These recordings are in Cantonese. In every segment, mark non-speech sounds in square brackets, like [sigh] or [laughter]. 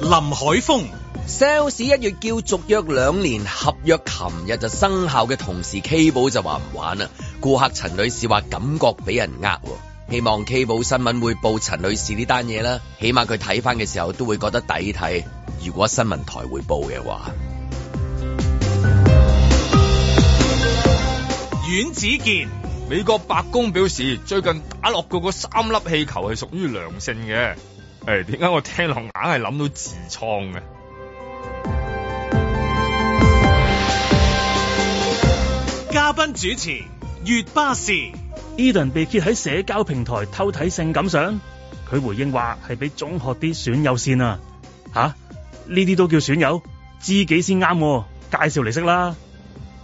林海峰 sales 一月叫續約兩年合約，琴日就生效嘅同時，K 寶就話唔玩啦。顧客陳女士話感覺俾人呃喎，希望 K 寶新聞會報陳女士呢單嘢啦，起碼佢睇翻嘅時候都會覺得抵睇。如果新聞台會報嘅話，阮子健、美國白宮表示，最近打落嗰個三粒氣球係屬於良性嘅。誒，點解我聽落硬係諗到痔瘡嘅？嘉賓主持月巴士 Eden 被揭喺社交平台偷睇性感相，佢回應話係俾中學啲損友線啊！吓，呢啲都叫損友，知己先啱喎，介紹嚟識啦。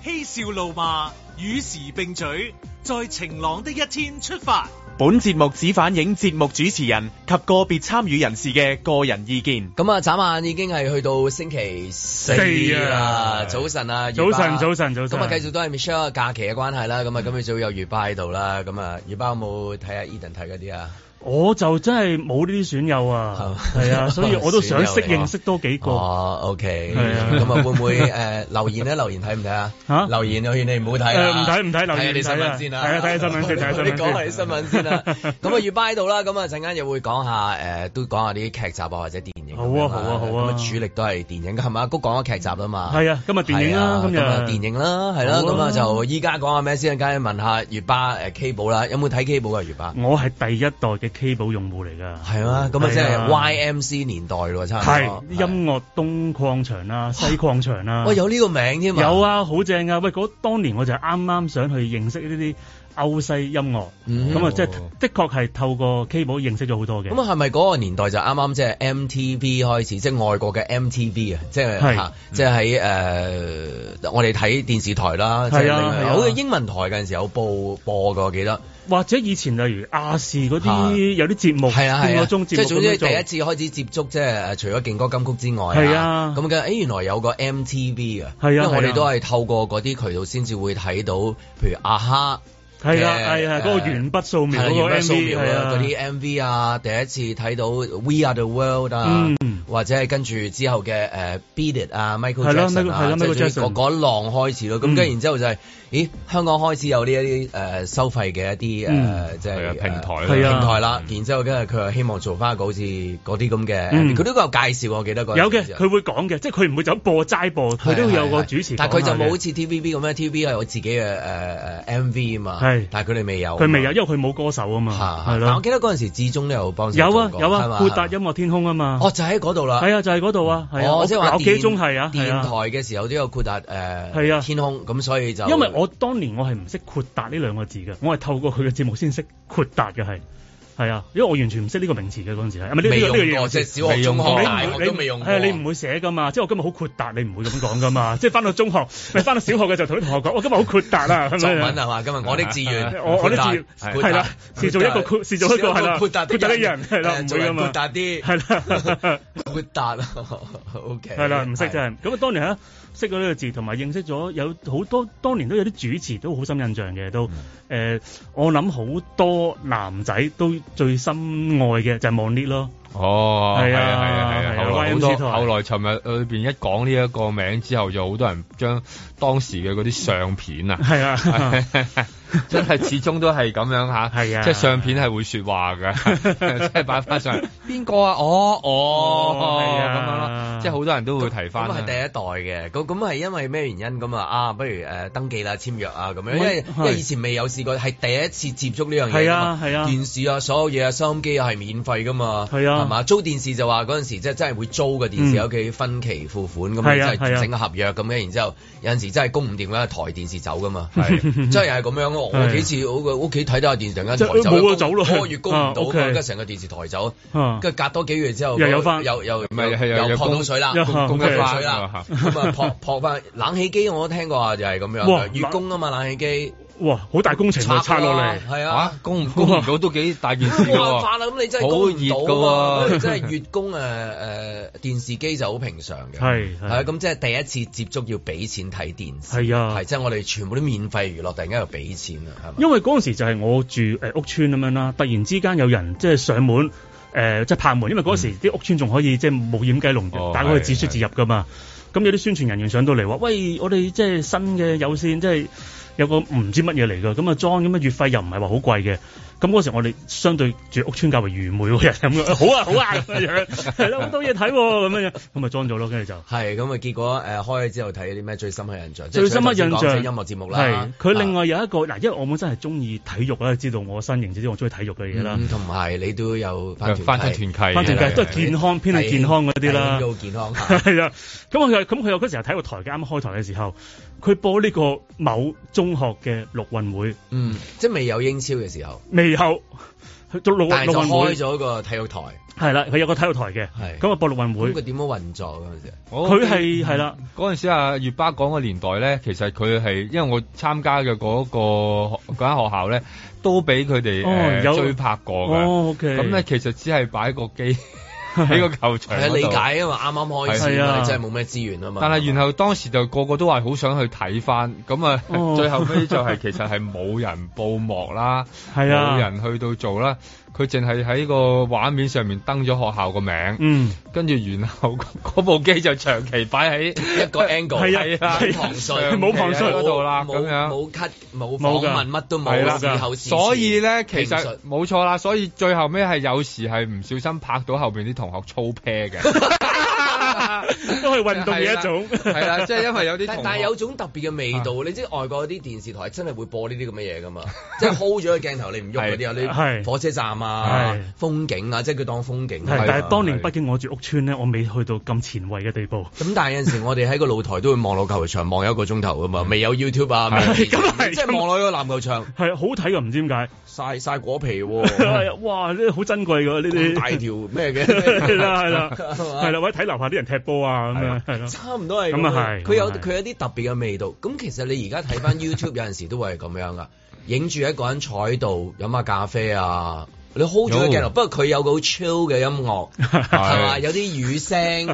嬉笑怒罵，與時並舉，在晴朗的一天出發。本節目只反映節目主持人及個別參與人士嘅個人意見。咁啊，眨眼已經係去到星期四四啦啊。早晨啊，早晨月巴早晨嗯早晨咁啊，繼續都係 Michelle 假期嘅關係啦。咁啊，今日早有月巴喺度啦。咁啊，月巴有冇睇下 Eden 睇嗰啲啊？我就真係冇呢啲損友啊，[laughs] 係啊，所以我都想識認識多幾個。哦，OK，係啊咁啊，會唔會誒留言咧？留言睇唔睇啊？ [laughs] 嚇留言我勸你唔好睇誒啊唔睇唔睇留言睇下啲新唔睇啊聞先啦。係啊睇下新聞先 [laughs] 睇下新聞先你講下啲新聞先 [laughs] 啦。咁啊，月巴喺度啦，咁啊陣間又會講下誒，都講下啲劇集啊或者電影咁樣啦。好啊好啊好啊咁啊，主力都係電影㗎，係嘛？谷講咗劇集啦嘛。係啊今日電影啦係啊今日咁啊電影啦，係啦。好啊咁啊就依家講下咩先？啊梗係問下月巴誒 K 寶啦，有冇睇 K 寶啊？月巴我係第一代嘅 K 寶用戶嚟㗎。係啊，咁啊即係係啊 YMC 年代咯，差唔多。係音樂東礦場啦、西礦場啦，哦喂有呢個名添啊！有啊，好正啊！喂，嗰當年我就啱啱想去認識呢啲歐西音樂，嗯咁啊，即係的確係透過 K 寶認識咗好多嘅。咁啊，係咪嗰個年代就啱啱即係 MTV 開始，即係外國嘅 MTV 啊，即係係嚇即係喺誒我哋睇電視台啦，即係係啊另外係啊有嘅英文台嗰陣時有播播過，我記得或者以前例如亞視嗰啊啲有啲節目，係啊係半啊，個鐘即節目係總咁之樣第一做。次開始接觸即係誒呃除咗勁歌金曲之外係啊咁嘅誒原來有個 MTV 啊，係啊因為我係哋啊都係透過嗰啲渠道先至會睇到，譬如啊哈。係啊嘅呃係啊，嗰個誒鉛筆掃描係啦嗰原個版掃 MV 描係啦啊嗰啲 MV 啊，第一次睇到 We Are the World 啊嗯，或者係跟住之後嘅誒 Beat It 啊，Michael 係啦 Jackson 啊， Michael- 係啦即係總 Michael 之 Jackson 嗰嗰一浪開始咯。咁跟嗯住然之後就係，咦，香港開始有呢一啲誒收費嘅一啲誒嗯即係係啊平誒台啦係啊平台啦。然之後跟住佢又希望做翻個好似嗰啲咁嘅，嗯佢都有介紹我記得嗰陣時有嘅，佢會講嘅，即係佢唔會就咁播齋播，佢都會有個主持講下但嘅。佢就冇好似 TVB 咁樣，TVB 係有自己嘅呃誒誒 MV 啊嘛。係但係佢哋未有啊嘛，佢未有，因為佢冇歌手啊嘛，嚇係但我咯。記得嗰陣時，至終都有幫手有啊做過有係嘛啊，豁達音樂天空啊嘛，哦，就喺嗰度啦。係啊就係嗰度啊，係啊，哦，即係話有幾電鐘係啊，係電台啊。嘅時候都有豁達誒，係啊天空咁，所以就因為我當年我係唔識豁達呢兩個字嘅，我係透過佢嘅節目先識豁達嘅係，係啊，因為我完全唔識呢個名詞嘅嗰陣時係，係咪呢未呢個呢個用形過，容即係詞？小學、未用中過學、你唔大你學唔都未用過。係啊你唔會寫噶嘛？即係我今日好豁達，你唔會咁講噶嘛？ [laughs] 即係翻到中學，咪翻到小學嘅就同啲同學講，我今日好豁達啊啦，作係文咪係嘛？今日我的志願，啊我豁我的志達願豁達係啦是做一個豁是做一個係啦豁達豁達的人係啦誒唔會做人㗎嘛豁達啲，係啦，豁達啊 [laughs] ，OK，係啦，唔識真係。咁啊，當年啊，識咗呢個字，同埋認識咗有好多，當年都有啲主持都好深印象嘅，都誒、嗯呃我諗好多男仔都最深愛嘅就係 Monet 咯。哦，係係啊啊，係啊，係係啊啊，後來好 YMC 多，台後來尋日裏邊一講呢一個名之後，就好多人將當時嘅嗰啲相片啊，係啊， [laughs] 真係始終都係咁樣吓，係啊即係相片係會說話㗎，即係擺翻上嚟邊個啊？哦哦哦，係咁樣啊咯，即係好多人都會提翻咁係啦第。一代嘅，咁咁係因為咩原因咁啊？啊，不如誒登記啦、簽約啊咁樣，因為係因為以前未有試過，係第一次接觸呢樣嘢㗎係嘛啊係啊電視啊、所有嘢啊、收音機啊係免費噶嘛，係啊係嘛？租電視就話嗰陣時即係真係會租嘅電視，嗯有屋企分期付款咁係啊樣，即係係啊整個合約咁嘅，然之後有陣時真係供唔掂啦，台電視走噶 [laughs] 嘛。係真係又係咁樣咯，我係幾次我個屋企睇到下電視，突然即間係台走，冇啊供走咯嗰個月供唔到啊嘛， ，OK 跟住成個電視台走，啊跟住隔多幾個月之後又有返又又咪係又又又又撲到供水啦，又供供咗得水返啦啦，咁 [laughs] 啊撲撲翻冷氣機我都聽過啊，就係咁哇樣，月供啊嘛冷氣機哇，好大工程啊，拆落嚟啊。係啊啊。，供唔供唔到都幾大件事㗎冇辦喎法。啦，咁你真係好供唔到啊嘛！熱㗎喎你真係月供誒誒呃電視機就好平常嘅，係係係啊咁即係第一次接觸要俾錢睇電視，係啊係即係我哋全部都免費娛樂，突然間又俾錢啦，係嘛？啊因為嗰陣時就係我住誒、呃屋村咁樣啦，突然之間有人即係上門誒即係拍門，因為嗰時啲屋村仲可以即係冇掩雞籠哦嘅，大家可以係自書自入噶嘛。咁有啲宣傳人員上到嚟話：，喂，我哋即係新嘅有線，即係有個唔知乜嘢嚟㗎，咁啊裝咁啊月費又唔係話好貴嘅。咁嗰時我哋相對住屋村較為愚昧嘅人咁樣，好啊好啊咁樣，係啦好多嘢睇喎咁樣，咁咪裝咗咯，跟住就。係咁啊！結果誒開咗之後睇啲咩最深刻印象？即係最深刻印象除咗頭先講即係音樂節目啦係，佢啊另外有一個嗱，因為我本身係中意體育啦，知道我身形，知道我中意體育嘅嘢啦。嗯同埋你都有翻團翻契出團契，翻團正契計係都係係健康偏向健康嗰啲第。啦二個健康嚇 [laughs] 係啦，咁佢又咁佢又嗰時候睇個台嘅，啱啱開台嘅時候，佢播呢個某中學嘅陸運會，嗯，即係未有英超嘅時候，未後去到陸但陸係就運會開咗個體育台，係啦，佢有個體育台嘅係，咁啊播陸運咁會佢，點樣運作嗰陣時？我佢係係啦，哦嗰陣時啊，月巴講嘅年代咧，其實佢係因為我參加嘅嗰、個嗰間學校咧，都俾佢哋哦誒有追拍過嘅。哦 OK，咁咧、其實只係擺個 [laughs] 機喺個球場係啊嗰度理解啊嘛，啱啱開始係啊啊嘛，真係冇咩資源啊嘛。但係然後當時就個個都話好想去睇翻，咁啊、哦 [laughs] 最後尾就係其實係冇人報幕啦，係啊冇人去到做啦，佢淨係喺個畫面上面登咗學校個名，嗯。跟住然後嗰部機就長期擺喺 [laughs] 一個 angle 係啊冇旁述，係冇旁述冇嗰度啦冇咁樣冇 cut，冇冇訪㗎問，乜都係啦冇，事後 [laughs] 事前所以咧，其評實 [laughs] 述冇錯啦，所以最後尾係有時係唔小心拍到後邊啲同學粗 pair 嘅， [laughs] 都係運動嘅一種係啦，即係因為有啲同但學但係有種特別嘅味道，你知外國啲電視台真係會播呢啲咁嘅嘢噶嘛？ [laughs] 即係 hold 咗個鏡頭你唔喐嗰啲啊，你係火車站啊、風景啊，即係佢當風景。係，係但啊係當年係畢竟我住屋村咧，我未去到咁前衞嘅地步。咁但係有陣時我哋喺個露台都會望落球場望一個鐘頭噶嘛，未有 YouTube 啊，未有咁係即 [laughs] 係望落個籃球場係好睇㗎，唔知點解。曬曬果皮喎，係啊 [laughs] 哇！呢啲好珍貴㗎，呢咁啲大條咩嘅？ [laughs] 係啦係啦係嘛係啦，或者睇樓下啲人踢波啊咁樣係咯。差唔多係樣咁啊係佢有咁啊係佢有啲特別嘅味道。咁其實你而家睇 [laughs] 翻 YouTube 有陣時都會係咁樣噶，影住一個人坐喺度飲下咖啡啊。你 hold 住個鏡頭，不過佢有個好 chill 嘅音樂，係嘛？有啲雨聲，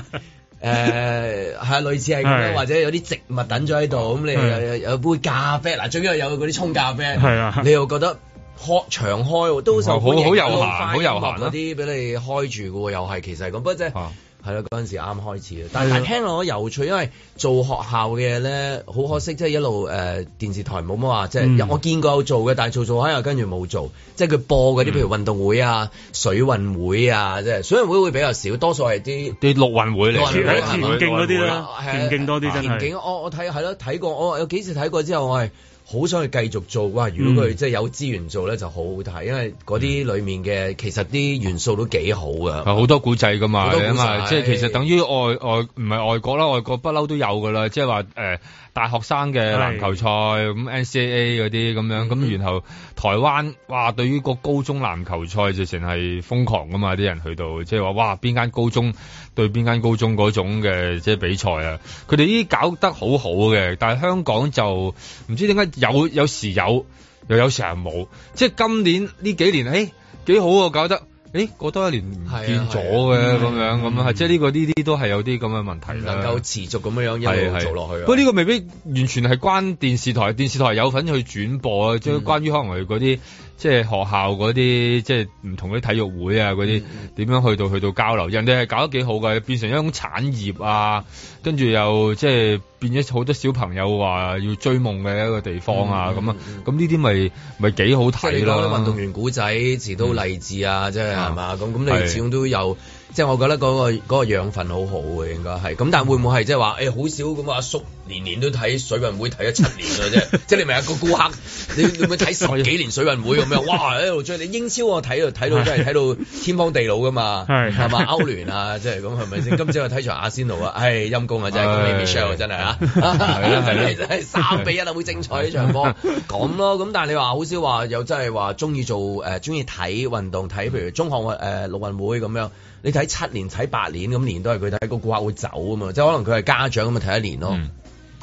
誒係類似係咁樣，係或者有啲植物等咗喺度，咁你係有有有杯咖啡，嗱，最緊要有嗰啲沖咖啡，係啊你又覺得開長開喎，都受好歡迎好悠閒有快好悠音樂閒啊嗰啲俾你開住嘅喎，又係其實係咁，不過即係啊係啦，嗰陣時啱開始嘅，但係啊係聽落都有趣，因為做學校嘅嘢咧，好可惜，即係一路誒、呃、電視台冇乜話，即係、嗯我見過有做嘅，但係做做下又跟住冇做，即係佢播嗰啲嗯譬如運動會啊、水運會啊，即係水運會會比較少，多數係啲。啲陸運會嚟陸運會嘅，陸係運田會徑嗰陸運啲會啦係啊田徑多啲真係田徑我我睇係咯，睇過我有幾次睇過之後，我係好想去繼續做。哇！如果佢嗯即係有資源做咧，就好好睇，因為嗰啲裡面嘅其實啲元素都幾好啊啊㗎。係好多古仔噶嘛，好多古仔你諗下即係其實等於外外唔係外國啦，外國不嬲都有噶啦，即係話誒大學生嘅籃球賽嗯咁 NCAA 嗰啲咁樣，咁然後台灣哇對於個高中籃球賽直情係瘋狂噶嘛，啲人去到即係話哇邊間高中對邊間高中嗰種嘅即係比賽啊，佢哋呢啲搞得好好嘅，但係香港就唔知點解有有時有又有時係冇，即係今年呢幾年誒、哎、幾好喎搞得。誒過多一年唔係啊見咗係啊嘅咁樣咁樣，係即係呢個呢啲都係有啲咁嘅問唔題啦。能夠持續咁樣樣一係路係做落去不啊過呢個未必完全係關電視台，電視台有份去轉播啊，即係嗯關於可能係嗰啲即係學校嗰啲即係唔同嗰啲體育會啊嗰啲嗯點樣去到去到交流，人哋係搞得幾好嘅，變成一種產業啊，跟住又即係變咗好多小朋友話要追夢嘅一個地方啊嗯咁啊嗯嗯，咁呢啲咪咪幾好即係你睇講咯。嗯啲運動員古仔，遲都勵志啊，即係係嘛咁咁，係你始終都有，即係我覺得嗰、個嗰、個養分好好嘅應該係。咁但係會唔會係即係話，誒、好少咁阿叔年年都睇水運會睇咗七年啊，即 [laughs] 係即係你咪有個顧客，你你會睇十幾年水運會咁 [laughs] 樣，哇喺度追你英超我睇到睇到真係睇到天荒地老噶嘛，係係嘛歐聯啊，即係咁係 [laughs] 咪先？今朝我睇場阿仙奴啊，唉陰公啊真係，恭唉喜 Michelle 真係啊，係啦係啦 [laughs] 真係三比一啊，好精彩呢場波咁咯。咁但係你話好少話有真係話中意做誒，中意睇運動睇，嗯譬如中學誒陸運會咁樣。你睇七年睇八年咁年都係佢睇，個顧客會走啊嘛，即係可能佢係家長咁啊睇一年咯。嗯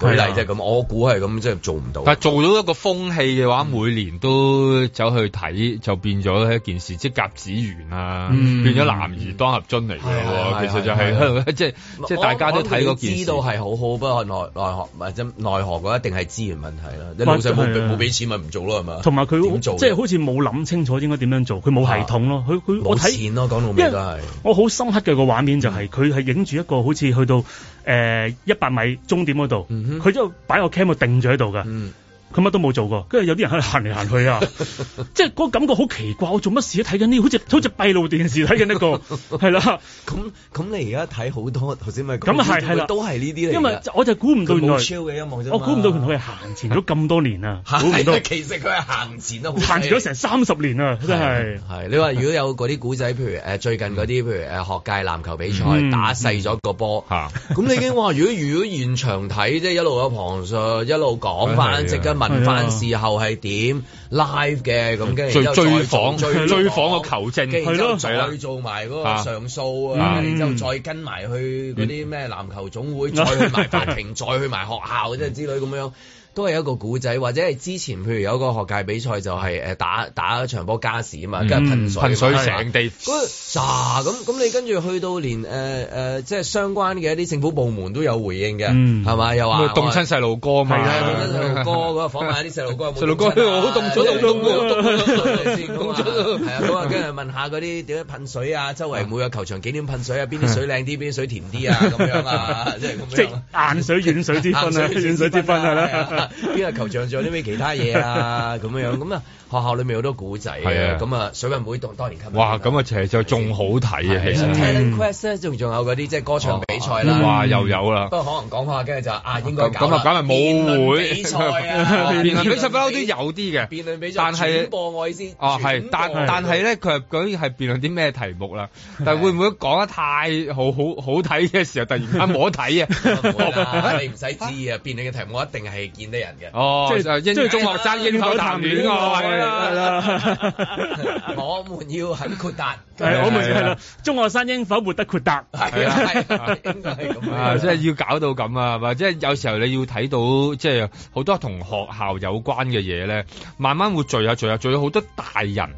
舉例啫咁，我估係咁，即係做唔到。但係做到一個風氣嘅話，嗯每年都走去睇，就變咗一件事，即係甲子園啊，嗯變咗男兒當合樽嚟嘅係啊係啊哦喎。其實就係啊係 [laughs] 即係即係大家都睇嗰件我事知道。係好好，不過奈奈何或者奈何嗰一定係資源問題啦。你老細冇係啊冇俾錢咪唔做咯，係嘛？同埋佢點做啫啊即係好似冇諗清楚應該點樣做，佢冇系統咯。佢佢我冇睇錢咯，講到尾都係。嗯我好深刻嘅個畫面就係佢係影住一個好似去到誒一百米終點嗰度，嗯哼佢就擺個 cam 定住喺度㗎。嗯，佢乜都冇做過，跟住有啲人喺度行嚟行 [laughs] 去啊，即係嗰個感覺好奇怪。我做乜事都睇緊呢？好似好似閉路電視睇緊 [laughs] 一個，係啦。咁咁你而家睇好多頭先咪講咁啊係係啦都係呢啲嚟㗎。因為我就估唔到佢原來冇，超嘅音樂啫嘛我估唔到原來佢係行前咗咁多年啊，估唔啊 [laughs] 係到啊其實佢係行前都好犀利行前咗成三十年啊，真係。係你話如果有嗰啲古仔，譬如誒最近嗰啲，譬如誒學界籃球比賽嗯打細咗個波，嚇咁你已經話如果如果現場睇，即係一路有旁述，一路講翻，係啊即刻問翻事後係點 live 嘅咁，跟住追然之後追再做訪追訪個球求跟證，住然之後係啦再做埋嗰個啊上訴啊，啊然之後再跟埋去嗰啲咩籃球 [laughs] 總會，再去埋法庭，再去埋學校，即係之類咁樣。都係一個古仔，或者係之前譬如有一個學界比賽就係誒打打一場波加時啊嘛，跟住噴水啊嘛嗯噴水成地嗰嗱咁咁，你跟住去到連誒誒、呃呃即係相關嘅一啲政府部門都有回應嘅，嗯係嘛、又話咁凍親細路哥嘛，係啊係凍親細路哥嗰個訪問下啲細路哥有冇細路哥凍親啊好凍咗有冇凍咗凍咗凍咗凍咗先咁啊凍咗係啊，咁啊跟住問下嗰啲點樣噴水啊，周圍每個球場幾點噴水啊，邊啲水靚啲，邊啲水甜啲啊，咁樣 [laughs] 啊，即係咁樣。即係硬水 [laughs] 軟水之 [laughs] 分啊，軟水之分係啊啦。啊邊個球場仲有啲咩其他 [laughs] 嘢啊？咁樣樣咁啊，學校裏面好多古仔係嘅，啊咁啊水運會當當然吸引。 [laughs] 哇！咁啊，其實就仲好睇啊，其實係 Talent Quest 咧，仲仲有嗰啲即係歌唱比賽啦。哇，又有啦不。過可能講下，跟住就啊應該咁搞咁啊，梗係冇辯論會比賽 [laughs] 啊，[laughs] 辯論比賽不嬲都有啲嘅，辯論比賽，但係轉播我意思。哦，係，但轉播但係咧，佢係究竟係辯論啲咩題目 [laughs] 啦？但係會唔會講得太好好好睇嘅時候，突然間冇得 [laughs] 睇唔會啦 [laughs] 啊？你唔使知啊，辯論嘅題目我一定係見得人嘅。哦，即即係係英中學生英口談戀愛係啦，啦，我們要很豁達。 [laughs] 係我們係啊係啦，中學生應否活得豁達？係啊，係啊應該係咁 [laughs] 啊，啊，即係要搞到咁啊，或者有時候你要睇到，即係好多同學校有關嘅嘢咧，慢慢會聚下聚下聚，好多大人。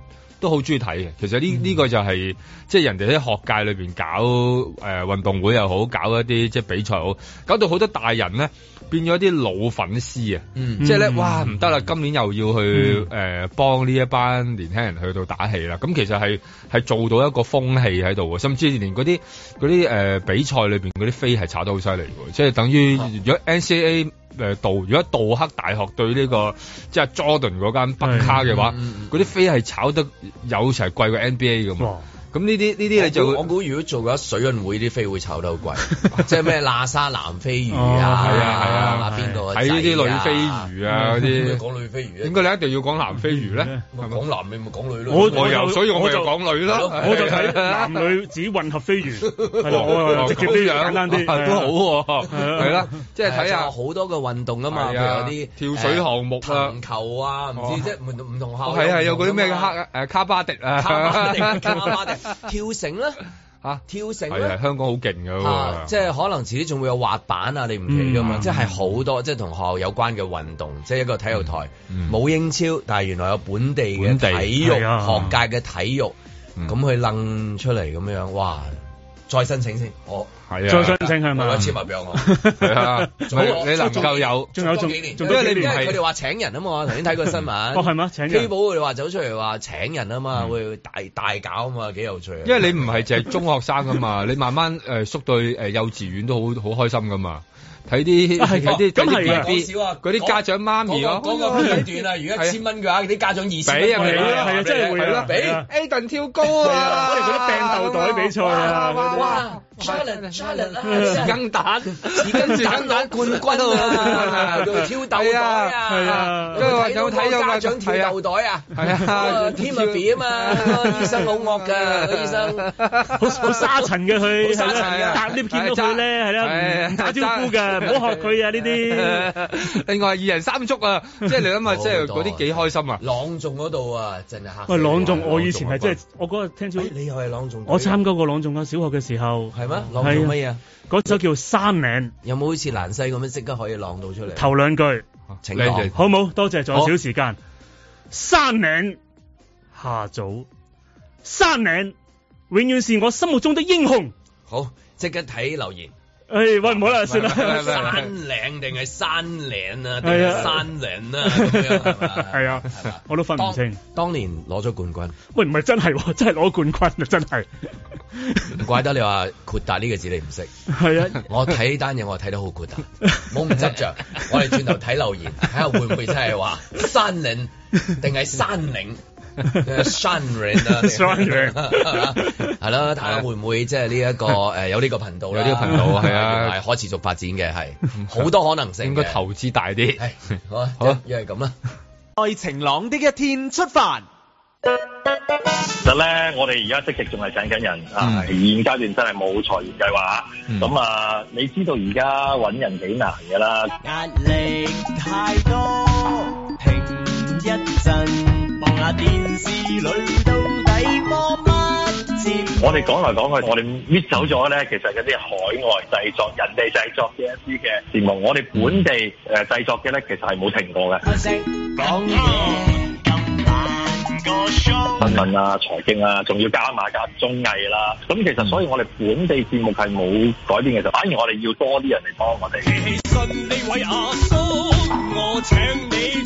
都好中意睇嘅，其實呢呢個就係、即係人哋喺學界裏邊搞誒、呃、運動會又好，搞一啲即係比賽好，搞到好多大人咧變咗啲老粉絲啊！嗯即係咧，嗯哇啊唔得啦！今年又要去誒、呃、幫呢一班年輕人去到打氣啦。咁其實係係做到一個風氣喺度喎，甚至連嗰啲嗰啲誒呃比賽裏邊嗰啲飛係炒得好犀利喎。即係等於啊如果 NCAA 誒、呃、杜，如果杜克大學對呢、個即係 Jordan 嗰間北卡嘅話，嗯嗯嗯嗰啲飛係炒得有時係貴過 NBA 咁。哇！咁呢啲呢啲你就我估我估如果做咗水運會啲飛會炒得好貴，哦即係咩喇沙藍飛魚啊，哦係啊係啊邊個睇呢啲女飛魚啊嗰點啲，講女飛魚點啊？解你一定要講男飛魚咧？咪講男你咪講女咯。我我又所以我我就就講女啦，我就睇 [laughs] 男女子混合飛 [laughs] 魚，[laughs] 係啦，我哦係直接啲咁樣簡單 [laughs] 啲，啊都好喎，係啊係啦，即係睇仲有下好多嘅運動啊嘛，係譬啊如有啲跳水項目啊誒藤球啊，唔哦知即係唔唔同校哦係啊，有嗰啲咩唔同啊嘛卡誒卡巴迪啊， [laughs] 卡巴 [laughs] 迪、卡巴迪、跳繩啦，嚇跳繩係啦啊，。香港好勁㗎啊喎，，即係可能遲啲仲會有滑板啊，你唔奇噶嘛，嗯即係好多即係同學校有關嘅運動，即係一個體育台嗯嗯冇英超，但係原來有本地嘅本地體育係啊學界嘅體育，嗯咁去楞出嚟咁樣，哇！再申請先，我係啊，再申請係我嘛？簽埋俾我。係 [laughs] 啊，仲有你你能夠有仲有多仲幾年，仲因有為幾你因年為佢哋話請人啊嘛，我頭先睇過新聞。 [laughs] 哦係嗎請人 K 寶佢哋話走出嚟話請人啊嘛，會大大搞啊嘛，幾有趣啊。嗯因為你唔係淨係中學生噶 [laughs] 嘛，你慢慢誒縮到誒幼稚園都好好開心噶嘛。睇 [laughs] 啲啊係睇啲睇咁係㗎啲 B B，講少啊嗰啲家長媽咪哎咯，嗰個嗰個片段啊，如果一千蚊嘅話，啲家長二千蚊俾啊係俾啊，啊係啊，真係會係啊啦，俾係啊 Aden 跳高啊，啊即係嗰啲掟豆袋比賽啊哇哇哇！Charlotte Charlotte 匙啊，羹蛋，匙匙羹蛋攞冠軍啊，佢挑豆袋係啊啊，佢話有睇到個家長跳豆袋啊，係啊，Timothy 啊嘛，嗰個醫生好惡㗎，個醫生。好好沙塵嘅佢，好沙塵係㗎啦搭 lift 見到佢咧，係啦，唔打招呼㗎，啊，唔好學佢啊呢啲。另外二人三足 [laughs] 啊，即係你諗下，即係嗰啲幾開心啊！朗誦嗰度啊，真係嚇死我！喂，朗誦我以前係朗誦真係，我嗰日聽哎咗，你又係朗誦隊，我參加過朗誦啊，小學嘅時候，係咩？朗誦乜嘢啊？嗰首叫《山嶺》，有冇好似蘭西咁樣即刻可以朗到出嚟？啊頭兩句，請你講哋好冇？多謝，仲有好少時間。山嶺下早，山嶺永遠是我心目中的英雄。好，即刻睇留言。誒，喂，唔好啊啦，算唔係唔係唔係啦。 [laughs] 山嶺定係山嶺啊？定係係啊山嶺啊？咁樣 [laughs] 係嘛係啊係嘛我都分唔清。當當年攞咗冠軍。喂，唔係真係喎，真係攞冠軍啊，真係。唔怪得你話豁達呢個字你唔識，係啊，我睇呢單嘢我睇得好豁達，冇咁執着。我哋轉頭睇留言，睇下會唔會真 [laughs] 係話山嶺定係山嶺。山嶺啊，[laughs] 山嶺係啦，大家會唔會即係呢 [laughs] 一個誒有呢個頻道啦？有呢個頻 [laughs] 道係啊係可持續發展嘅係好多可能性嘅。應該投資大啲。係好啊，好啊一係咁啦。在晴朗的一天出發。其實咧，我哋而家積極仲係請緊人啊，嗯現階段真係冇裁員計劃啊嗯。咁啊，你知道而家揾人幾難㗎啦。壓力太多，停一陣，望下電視裏到底播乜節目？我哋講嚟講去，我哋搣走咗咧，其實嗰啲海外製作、人哋製作嘅一啲嘅節目，我哋本地嗯誒製作嘅咧，其實係冇停過嘅。識講嘢咁難個 show。新聞啊、財經啊，仲要加埋加綜藝啦。啊咁其實所以我哋本地節目係冇改變嘅，就反而我哋要多啲人嚟幫我哋。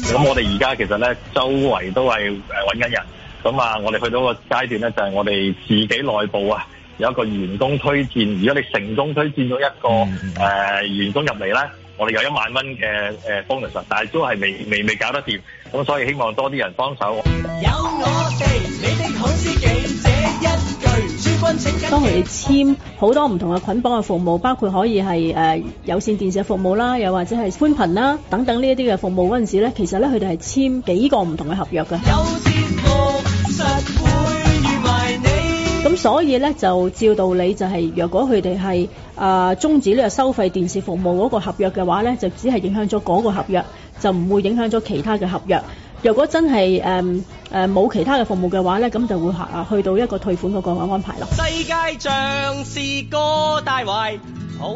咁我哋而家其實咧，周圍都係誒揾緊人。咁啊，我哋去到個階段咧，就係、我哋自己內部啊，有一個員工推薦。如果你成功推薦到一個誒、呃員工入嚟咧，我哋有一萬蚊嘅誒 bonus，啊但係都係未未未搞得掂。咁所以希望多啲人幫手。有我哋，你的好知己，這一句，諸君請跟當佢哋簽好多唔同嘅捆綁嘅服務，包括可以係誒、呃有線電視嘅服務啦，又或者係寬頻啦等等呢一啲嘅服務嗰陣時咧，其實咧佢哋係簽幾個唔同嘅合約嘅。有節目，實會遇埋你。咁所以咧就照道理就係、若果佢哋係啊終止呢個收費電視服務嗰個合約嘅話咧，就只係影響咗嗰個合約，就唔會影響咗其他嘅合約。若果真係誒誒冇其他嘅服務嘅話咧，咁就會啊去到一個退款嗰個安排咯。世界像是個大壞，好。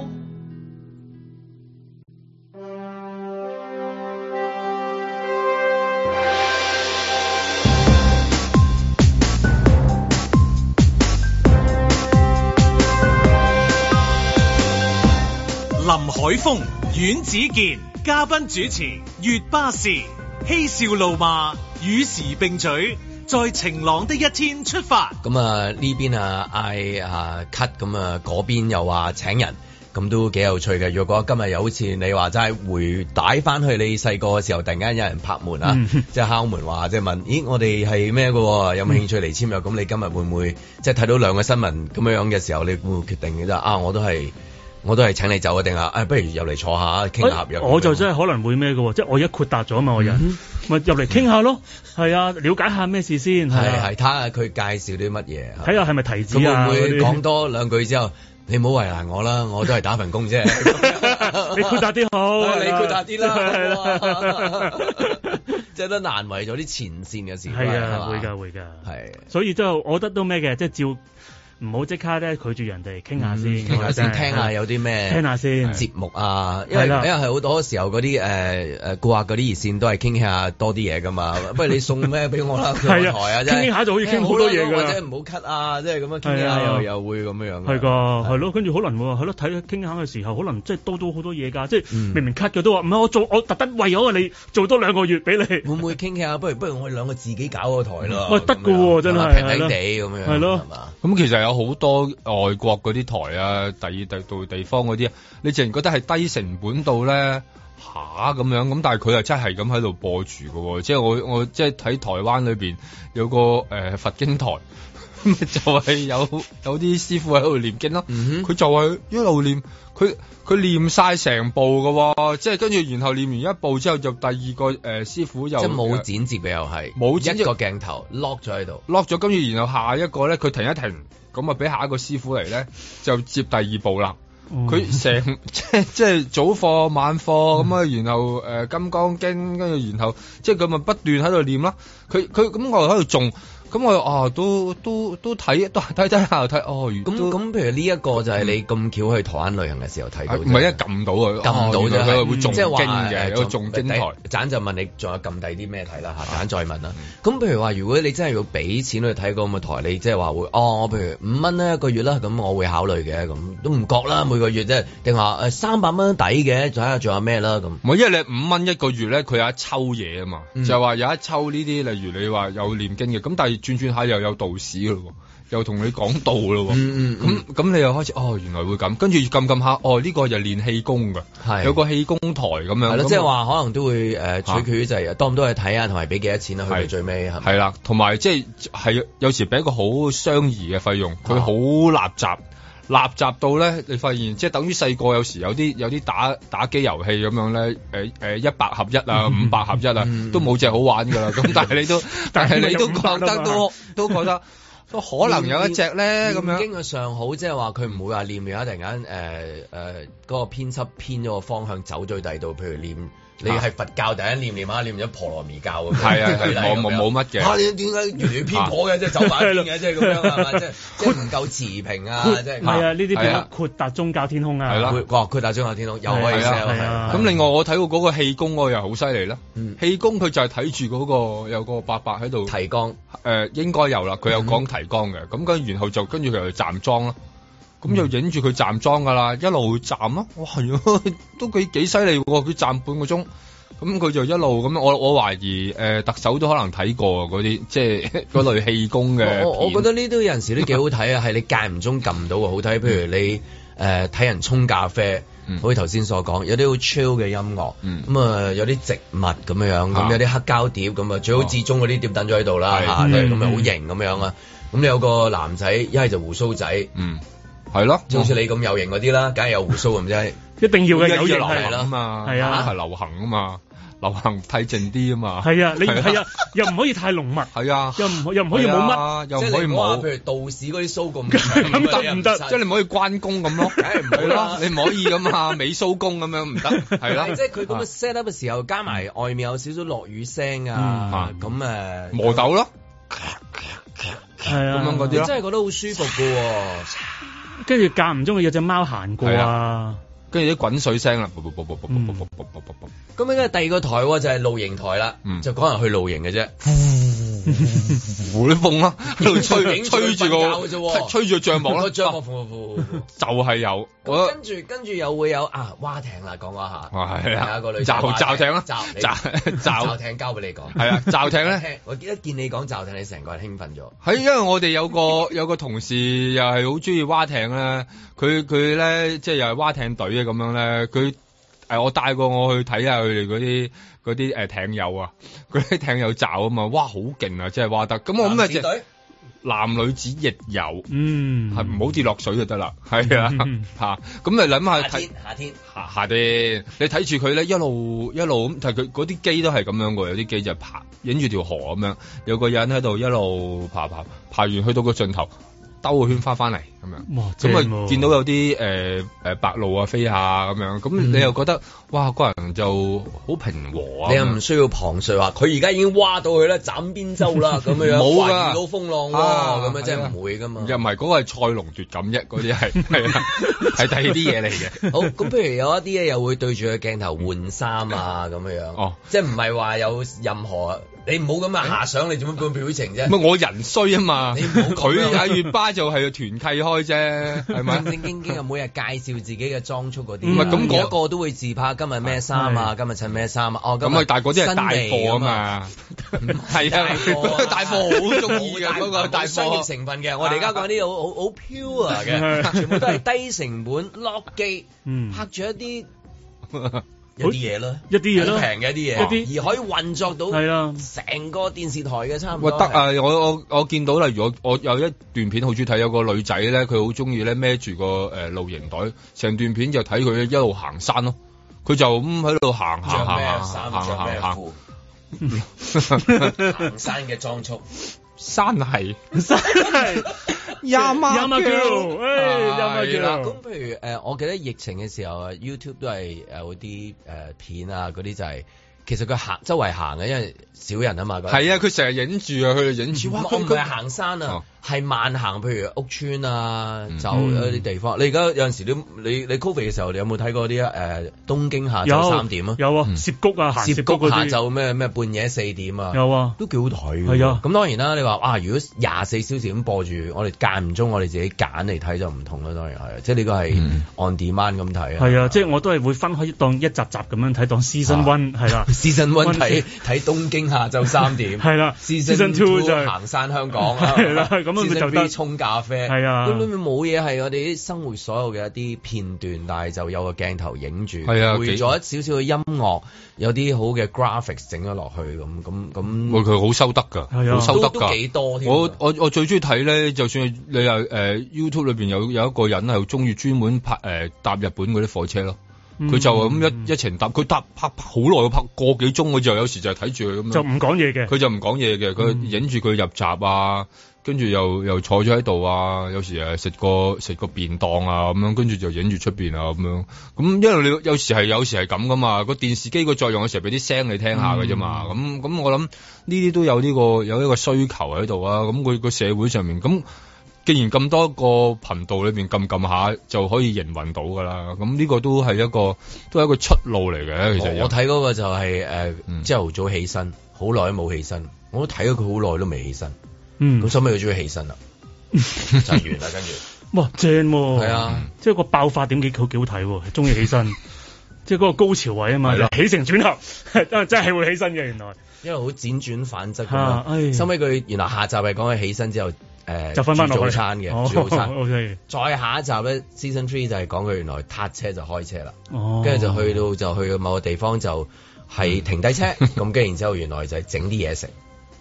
林海峰、阮子健，嘉賓主持，月巴士，嬉笑怒罵，與時並舉，在晴朗的一天出發。咁啊呢邊啊嗌啊 cut，咁啊嗰邊又話請人，咁都幾有趣嘅。若果今日又好似你話齋回帶翻去你細個嘅時候，突然間有人拍門啊，嗯即係敲門話，即係問，咦我哋係咩嘅喎？有冇興趣嚟簽約？咁你今日會唔會即係睇到兩個新聞咁樣嘅時候，你會唔會決定嘅啫？啊，我都係我都係請你走啊，定啊？誒，不如入嚟嗯坐下傾下合約。我我就真係可能會咩嘅喎，即係我而家豁達咗啊嘛，我人咪入嚟傾下咯，係啊，了解下咩事先，係啊係睇下佢介紹啲乜嘢。睇下係咪提子咁啊？會唔會嗰啲講多兩句之後，你唔好為難我 [laughs] 啦，我都係打份工啫。你豁達啲好啊，係你啦豁達啲係啦 [laughs] 啦，即係都難為咗啲前線嘅事。係啊，嘛會㗎會㗎。係所以都我覺得都咩嘅，即係照唔好即刻咧拒絕人哋傾下先，傾嗯下先，我覺得聽下有啲咩聽下先，節目啊，因為係因為啦係好多時候嗰啲誒誒顧客嗰啲熱線都係傾下多啲嘢噶 [laughs] 嘛，不如你送咩俾我啦，上係啊台啊，真傾係傾下就可以傾誒好多嘢㗎好啦啦或者唔好 cut 啊，即係咁樣傾下係啊又又會咁樣樣㗎。係㗎，係咯，跟住可能喎，係咯，睇傾下嘅時候，可能即係多咗好多嘢㗎，即嗯係明明 cut 嘅都話唔係我做，我特登為咗你做多兩個月俾你，會唔會傾傾下？哎不如不如我哋兩個自己搞個台咯。喂得㗎喎真係平平係咯地咁樣，係咯係嘛？咁其實有好多外國嗰啲台啊，第二第度地方嗰啲，啊你自然覺得係低成本到咧下啊咁樣，咁但係佢又真係咁喺度播住嘅喎，即係我我即係睇台灣裏邊有個誒、呃佛經台。 [laughs] 咁就係有有啲師傅喺度念經咯，佢、嗯哼就係一路念，佢佢念晒成部嘅喎，即係跟住然後念完一部之後，就第二個誒、呃、師傅又即係冇剪接嘅又係，冇剪接一個鏡頭 lock 咗喺度。落咗，跟住然後下一個咧，佢停一停，咁啊俾下一個師傅嚟咧，就接第二步啦。嗯佢成 [laughs] 即即係早課晚課咁啊，然後誒、呃金剛經，跟住然後即係佢咪不斷喺度念啦。佢佢咁我又喺度種，咁我又啊都都都睇都睇睇下又睇哦，原咁都咁，譬如呢一個就係你咁巧去台灣旅行嘅時候睇到啊啫，唔係一撳到啊，撳到哦啫，原來佢係會嗯種即經係話嘅，有個種經台。。啊盞就問你仲有撳第啲咩睇啦嚇，盞再問嗯啦。咁譬如話，如果你真係要俾錢去睇嗰個台，你即係話會哦，我譬如五蚊咧一個月啦，咁我會考慮嘅，咁都唔覺啦，每個月即係定話誒三百蚊抵嘅，睇下仲有咩啦咁。唔係，因為你五蚊一個月咧，佢有一抽嘢啊嘛，嗯就係話有一抽呢啲，例如你話有念經嘅，咁但係轉轉下又有道士嘅咯喎，又同你講道咯喎，咁咁、嗯嗯嗯你又開始哦，原來會咁，跟住撳撳下，哦呢、個又練氣功㗎，係有個氣功台咁樣，係咯，咁即係話可能都會誒取嚇決於就係多唔多去睇啊，同埋俾幾多錢啦，去到係最尾係咪？係啦，同埋即係係有時俾一個好相宜嘅費用，佢好垃圾。垃圾到咧，你發現即係等於細個有時有啲有啲打打機遊戲咁樣咧，誒、誒一百合一啊，五百合一啊，嗯都冇隻好玩㗎啦。咁但係你都，但 [laughs] 係你都但係覺你有得500都都覺得都可能有 [laughs] 一隻咧咁念經樣。嘅上好，即係話佢唔會話念完一突然間誒誒嗰個編輯編咗個方向走咗去第二度，譬如念你係佛教第一念念啊下，念咗婆羅門教咁樣。啊係啊係啊 [laughs] [laughs] 舉例冇冇咁樣冇乜嘅嚇你點解越嚟越偏頗嘅？即係走埋一邊嘅，即係咁樣係嘛？即係即係唔夠持 [laughs] 平啊！即係唔係啊，呢啲係變啊咗擴達宗教天空啊，係啦佢哇！佢大張有天空又可以 sell 係啊係咁另外我睇過嗰個氣功嗰個又好犀利啦嗯，氣功佢就係睇住嗰個有個伯伯喺度。提嗯綱誒、應該有啦，佢有講提綱嘅，咁跟住然後就跟住佢就站裝啦，咁嗯就影住佢站裝噶啦，一路站咯，哇，係喎 [laughs] 都幾幾犀利喎，佢站半個鐘，咁佢就一路咁樣，我我懷疑誒、特首都可能睇過嗰啲即係嗰類氣功嘅片，我我我覺得呢都有陣時都幾好睇啊，係你間唔中撳到嘅好睇，譬如你誒睇人沖咖啡嗯。好似頭先所講，有啲好 chill 嘅音樂，嗯咁啊有啲植物咁樣樣，啊咁有啲黑膠碟咁啊，最好哦至終嗰啲碟等咗喺度啦係嚇，嗯咁啊好型咁樣啊，咁你有個男仔一係就胡鬚仔，嗯係咯，即係好似你咁有型嗰啲啦，梗係有胡鬚咁啫，一定要嘅有型流係行啦係啊嘛，係啊係流行啊嘛，流行睇靜啲啊嘛，係啊，你係啊係啊，又唔可以太濃密， [laughs] 係啊，又唔又唔可以冇乜，乜，啊又即唔係可以你唔好話冇譬。如道士嗰啲鬚咁咁長得唔得你又即係使你唔可以關公咁咯， [laughs] 梗係唔會係啦咯，你唔可以咁啊，美蘇公咁樣唔得， [laughs] 係啊啦，係 [laughs] 即係佢咁嘅 set up 嘅時候，加埋外面有少少落雨聲啊嗯，咁誒磨豆咯，係啊咁樣嗰啲你咯真係覺得好舒服嘅喎，跟住間唔中有隻貓行過係啊，跟住啲滾水聲啦，啵啵啵啵啵啿啵啵啿啵 [laughs] 啵咁應該第二個台喎就係露營台啦，嗯就講人去露營嘅啫，呼啲風啦，喺 [laughs] 度吹影吹住瞓覺嘅啫個喎吹住個帳幕個咯，帳幕啊呼 [laughs] 呼呼呼呼就係有，咁我跟住跟住又會有啊蛙艇啦，講講下，係有啊一個女，仔罩蛙罩艇啦，罩罩你罩 [laughs] 罩艇交俾你講，係啊，罩艇咧。聽 [laughs] 我記得見你講罩艇，你成個人興奮咗，係，因為我哋有個 [laughs] 有個同事又係好中意蛙艇咧，佢佢咧即係又係蛙艇隊啊咁樣咧，佢誒我帶過我去睇下佢哋嗰啲嗰啲誒艇友啊， [laughs] 嗰啲艇友罩啊嘛，哇好勁啊，真係蛙得！咁我咁啊男子隻隊男女子亦有，係嗯，唔好跌落水就得啦，係啊嗯嚇，咁你諗下夏睇天。夏天下下邊，你睇住佢咧一路一路咁，但係佢嗰啲機都係咁樣嘅，有啲機就係爬影住條河咁樣，有個人喺度一路爬爬爬完去到個盡頭，兜個圈翻翻嚟咁樣。哇，正咁啊，喎見到有啲誒誒白鷺啊飛下咁樣，咁嗯你又覺得哇個人就好平和啊你又唔需要旁述話，佢而家已經蛙到佢啦，斬邊洲啦咁樣樣，冇㗎哇遇到風啊浪喎，咁樣真係唔會噶嘛。又唔係嗰個係賽龍奪錦啫，嗰啲係係 [laughs] 啊 [laughs] 係第二啲嘢嚟嘅。好，咁譬如有一啲咧，又會對住個鏡頭換衫 [laughs] 啊，咁樣樣。哦，即係唔係話有任何你唔好咁啊遐想，你做乜咁表情啫唔？係我人衰啊嘛，你唔好咁佢樣喺月巴就係團契開啫，係咪正？正經經啊，每日介紹自己嘅裝束嗰啲啊，唔係咁嗰每一個都會自拍，今日咩衫啊，今日襯咩衫啊，哦，今日咁啊，但係嗰啲係新大嚟貨啊㗎，嘛， [laughs] 係 [laughs] 大啊，貨嗰啊個 [laughs] 大貨啊好中意嘅嗰個大冇商業貨，成分嘅，我哋而家講啲好好好 [laughs] pure 嘅，全部都係低成本 lock 機嗯拍住一啲一啲嘢咯，一啲嘢咯好平嘅一啲嘢，一而可以運作到係啦，成個電視台嘅差唔喂多。得！啊！我我我見到例如我我有一段片好中意睇，有個女仔咧，佢好中意咧孭住個誒露營袋，成段片就睇佢一路行山咯。佢就咁喺度行着行咩啊行衫？行着咩行行 [laughs] 褲？行山嘅裝束， [laughs] 山係真係 Yamagirl 哎誒哎係 Yamagirl 啦咁譬如誒、呃我記得疫情嘅時候啊，YouTube 都係有啲誒、呃片啊，嗰啲就係、其實佢行周圍行嘅，因為少人啊嘛。嗰陣係啊，佢成日影住啊，佢影住唔哇，我佢唔佢係行山哦啊，係慢行，譬如屋村啊，嗯就一啲地方。你而家有陣時都你你 Covid 嘅時候，你有冇睇過啲誒東京下晝有三點啊？有啊，嗯涉谷啊，行涉谷谷下嗰啲晝咩咩半夜四點啊？有啊，都幾好睇㗎係啊咁當然啦，你話啊，如果廿四小時咁播住，我哋間唔中我哋自己揀嚟睇就唔同啦，當然係，即係呢個係嗯 on demand 咁睇啊。係啊，即係我都係會分開當一集集咁樣睇，當 season 啊。one 係啦 Season [laughs] One 溫睇書睇東京下晝三點， [laughs] 係啦 Season Season two Two 就係行山香 [laughs] 港啊，係啦咁樣 Season 佢就 three 得沖咖啡，係啊咁裏面冇嘢係我哋啲生活所有嘅一啲片段，但係就有個鏡頭影住，係啊配咗幾一少少嘅音樂，有啲好嘅 graphics 整咗落去咁咁喂咁，佢好收得㗎，嗯係啊好收得都都幾㗎。多添。啊我我我最中意睇咧，就算你又誒、呃 YouTube 裏邊有有一個人係中意專門拍誒、呃搭日本嗰啲火車咯，嗯嗯佢、就咁一、一程搭，佢搭拍拍好耐，拍個幾鐘，我就有時就係睇住佢咁樣。就唔講嘢嘅，嗯佢就唔講嘢嘅，佢影住佢入閘啊，跟住又又坐咗喺度啊，有時誒食個食個便當啊咁樣，跟住就影住出邊啊咁樣。咁因為你有時係有時係咁噶嘛，個電視機個作用有時係俾啲聲你聽下嘅啫嘛。咁嗯咁、我諗呢啲都有呢、個有一個需求喺度啊。咁佢個社會上面咁。既然咁多個頻道裏邊撳撳下就可以營運到㗎啦，咁呢個都係一個都係一個出路嚟嘅。其實我有我睇嗰個就係誒嗯朝頭早起身，好耐都冇起身，我都睇咗佢好耐都未起身，嗯咁，收尾佢終於起身 [laughs] 啦，就完啦，跟住哇，正喎，係，啊。即係個爆發點幾好幾好睇喎，中意 [laughs] 起身，即係嗰個高潮位啊嘛係啦，起承轉合， [laughs] 真真係會起身嘅原來，因為好輾轉反側咁嚇唉樣，收尾佢原來下集係講佢起身之後，誒、哎就分翻煮落早去哦餐嘅，煮早 [laughs] 餐。 o k 再下一集咧，season three 就係講佢原來撻車就開車啦，哦，嗯跟住、就去到就去到某個地方就係停 [laughs] 低車，咁跟住然之後原來就係整啲嘢食，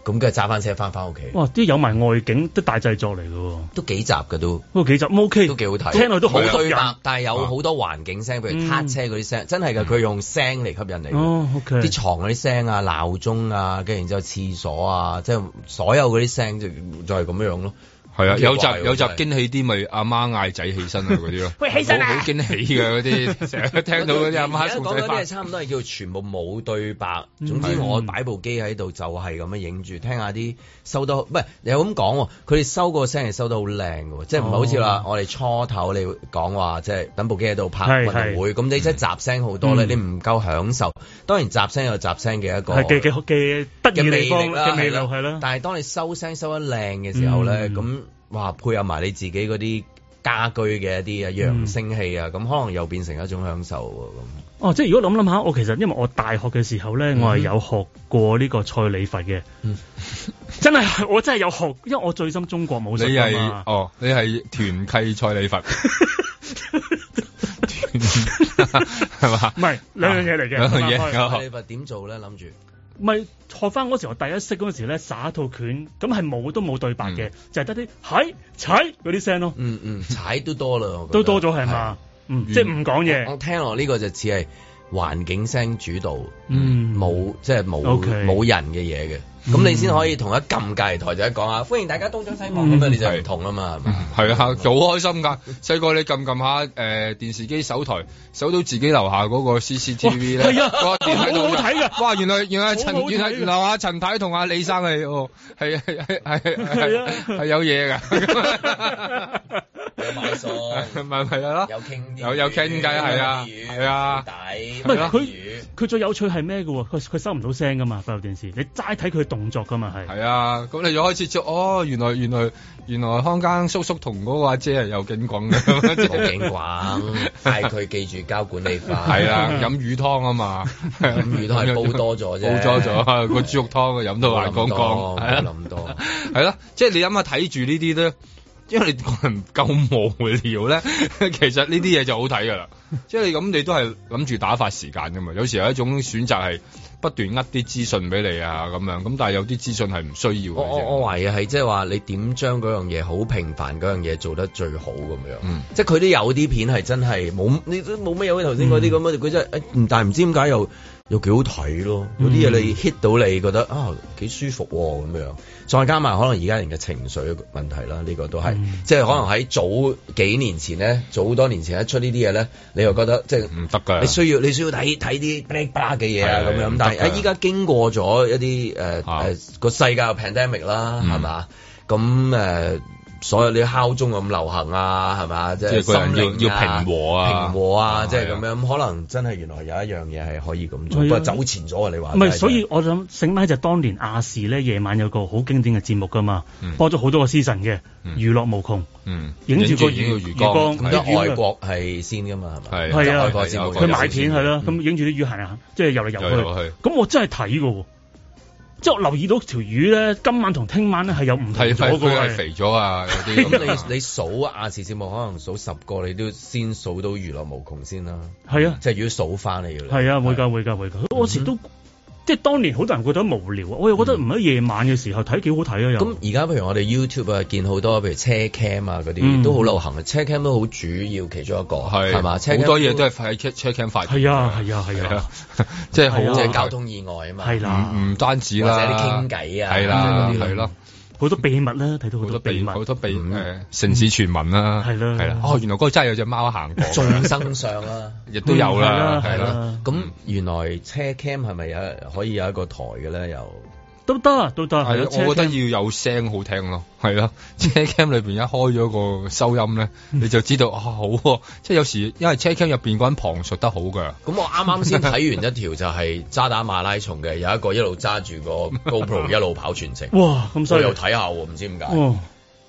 咁跟住揸翻車翻翻屋 [laughs] 企，哇，啲有埋外景都大製作嚟嘅喎，都幾集嘅都。不過幾集嗯 OK，都幾好睇，聽落都好吸對引，白，但係有好多環境聲，譬如嗯撻車嗰啲聲，真係㗎，佢用聲嚟吸引你㗎。哦，OK，啲床嗰啲聲啊、鬧鐘啊，跟住然之後廁所啊，即係所有嗰啲聲就就係咁樣咯。係啊，咁有集奇怪喎有集真係驚喜啲，咪阿媽嗌仔起身啊嗰啲咯， [laughs] 喂起身啊好好驚喜嘅嗰啲，成日都聽到嗰啲阿而媽家送講仔嗰啲係翻。差唔多係叫全部冇對白。嗯總之我擺部機喺度就係咁樣影住，聽下啲收得好唔係又咁講喎，佢哋收個聲係收得好靚嘅喎，即係唔係好似話哦我哋初頭你講話即係等部機喺度拍係運動會，咁你即係雜聲好多咧，嗯你唔夠享受。當然雜聲有雜聲嘅一個係嘅嘅嘅得嘅意魅地方力啦，嘅魅力啦係啦，但係當你收聲收得靚嘅時候咧，嗯咁、哇配合埋你自己嗰啲家居嘅一啲啊揚聲器嗯啊，咁、可能又變成一種享受哦，即係如果諗諗下，我其實因為我大學嘅時候咧，我係有學過呢個蔡李佛嘅，嗯真係我真係有學，因為我最深中國武你術㗎係嘛。哦，你係團契蔡李 [laughs] 佛， [laughs] 係嘛？唔係兩樣嘢嚟嘅，兩啊樣嘢分開哦喎。咁你話點做咧？諗住唔係學翻嗰時，我第一識嗰陣時咧，耍一套拳，咁係冇都冇對白嘅，就係得啲喺踩嗰啲聲咯，嗯嗯踩都多啦，我覺都得多咗係嘛？嗯，即係唔講係我嘢，聽落呢個就似係環境聲主導，嗯，冇即係冇 OK 嗯冇人嘅嘢嘅。咁你先可以同一撳隔離台就一講啊，歡迎大家東張西望咁樣，嗯你就唔同啊嘛，係嘛？係啊，好開心㗎！細個你撳撳下誒電視機手台，搜到自己樓下嗰個 [laughs] CCTV 咧，哇係啊嗰個電喺度好好睇㗎 [laughs] 哇，原來原來陳好好睇原來㗎原來阿陳太同阿李生係哦，係係係係係啊係係有嘢㗎。 [laughs] 有買餸 [laughs] 咪咪係咯，有傾啲有有傾偈係啊魚係啊底唔係有佢魚佢最有趣係咩嘅喎？佢佢收唔到聲噶嘛，閉路電視，你齋睇佢動作噶嘛係。係啊，咁你就開始做哦，原來原來原來康間叔叔同嗰個阿姐係有景講嘅，即冇係警 [laughs] 棍，嗌佢記住交管理費。係啦，飲魚湯啊嘛， [laughs] 飲魚湯係煲多咗啫煲多咗個豬肉湯啊飲到爛光光，冇係啊啦諗多冇諗多 [laughs] 係啦，即係你諗下睇住呢啲咧。因為你個人唔夠無聊咧， [laughs] 其實呢啲嘢就好睇㗎啦。即係你咁，你都係諗住打發時間㗎嘛。有時有一種選擇係不斷呃啲資訊俾你啊咁樣，咁但係有啲資訊係唔需要嘅啫。我我我懷疑係即係話你點將嗰樣嘢好平凡嗰樣嘢做得最好咁樣，嗯即啊嗯哎嗯係佢都有啲片係真係冇，你都冇乜有頭先嗰啲咁樣，佢真係誒但係唔知點解又又幾好睇咯。嗰啲嘢嗯你 hit 到你覺得啊幾舒服喎、咁樣，再加埋可能而家人嘅情緒問題啦，呢、個都係、嗯即係可能喺早幾年前咧，早好多年前一出呢啲嘢咧，你又覺得即係唔得㗎你需要你需要睇睇啲噼里啪啦嘅嘢啊係咁樣唔，得但係㗎誒依家經過咗一啲誒啊誒個世界嘅 pandemic 啦，嗯係嘛、咁誒、呃所有你敲鐘咁流行啊，係嘛？即即係係個人要心靈要平和啊平和啊，啊即係咁係樣。可能真係原來有一樣嘢係可以咁做，係啊不過走前咗啊！你話唔係，所以我諗醒翻就當年亞視咧夜晚有個好經典嘅節目噶嘛嗯，播咗好多個 season 嘅，嗯娛樂無窮。嗯，影住個影魚魚缸，魚而缸家唔得外國係先㗎嘛，係咪？係啊係啊外國先係佢買片片係嗯啦，咁影住啲魚行行，啊即係游嚟游嚟游游去去。咁我真係睇嘅喎，即係我留意到條魚咧，今晚同聽晚咧係有唔同係咗係嘅佢係喎。肥咗啊，有啲咁你你數亞視節目，可能數十個，你都先數到娛樂無窮先啦。嗯係啊，即係如果數翻你要嚟。係啊，會㗎會㗎會㗎。我時都即係當年好多人覺得無聊啊，我又覺得唔喺夜晚嘅時候睇幾好睇啊又。咁而家譬如我哋 YouTube 啊，見好多譬如車 cam 啊嗰啲嗯都好流行嘅，車 cam 都好主要其中一個係係嘛？車 cam 好多嘢都係喺 check check cam 發現係啊係啊係係啊啊，， [laughs] 即係好係啊即係交通意外啊嘛。係啦，唔唔單止或啦，者啲傾偈啊，係啦即係嗰啲係啦。好多秘密啦，睇到好好多多秘秘密。好多秘嗯誒城市傳聞啦，係啦係啦，哦原來嗰個真係有隻貓行過，眾生相啊啦。 [laughs] 亦都有啦嗯，係係啦啦。咁原來車 cam 係咪有可以有一個台嘅咧？又都得都得，係係啊，咯，我覺得車要有聲好聽咯，係咯， [laughs] 車 cam 裏邊一開咗個收音咧，你就知道啊好喎，即係有時因為車 cam 入邊嗰人旁述得好㗎，咁我啱啱先睇完 [laughs] 一條就係渣打馬拉松嘅，有一個一路揸 [laughs] 住個 GoPro 一路跑全程。哇咁犀我利又，睇下喎，唔知點解。哇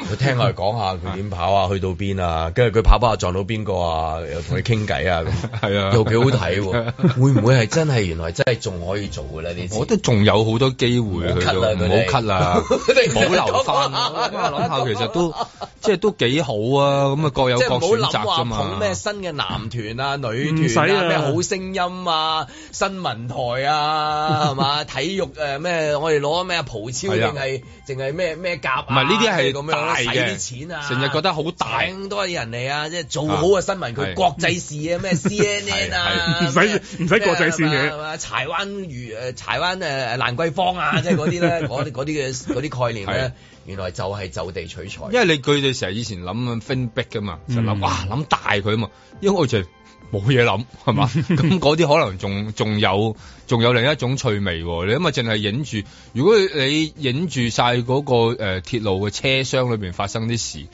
佢聽我哋講下佢點跑啊，去到邊啊，跟住佢跑跑下撞到邊個啊，又同佢傾偈啊，咁 [laughs] 係啊，又幾好睇喎。 [laughs] 會唔會係真係原來真係仲可以做嘅咧？呢我啲覺得仲有好多機會去到，唔好 cut 啦唔佢好哋 cut 啦，佢哋 [laughs] 啊唔好留翻。我諗下諗下，其實都即係都幾好啊！咁啊，各有即各係唔好選諗擇話啫嘛。捧咩新嘅男團啊、女唔使團啊、啊咩好聲音啊、新聞台啊，[laughs] 係嘛？體育誒咩？我哋攞咩葡超定係啊係淨係咩咩夾啊？唔係呢啲係咁樣啦大使嘅啲錢啊，成日覺得好大請多啲人嚟啊！即係做好個新聞，佢係國際事啊， [laughs] 咩 CNN 啊，係唔使咩唔使國際線咩啊嘅係嘛柴灣如誒柴灣誒蘭桂坊 [laughs] 啊，即係嗰啲咧，嗰啲嗰啲嘅嗰啲概念係咧，原來就係就地取材。因為你佢哋成日以前諗 fin big 噶嘛，就諗嗯哇諗大佢啊嘛，因為我就冇嘢諗係嘛，嗯 [laughs] 咁嗰啲可能仲仲有仲有另一種趣味喎。你因為淨係影住，如果你影住晒嗰個誒鐵路嘅車廂裏邊發生啲事。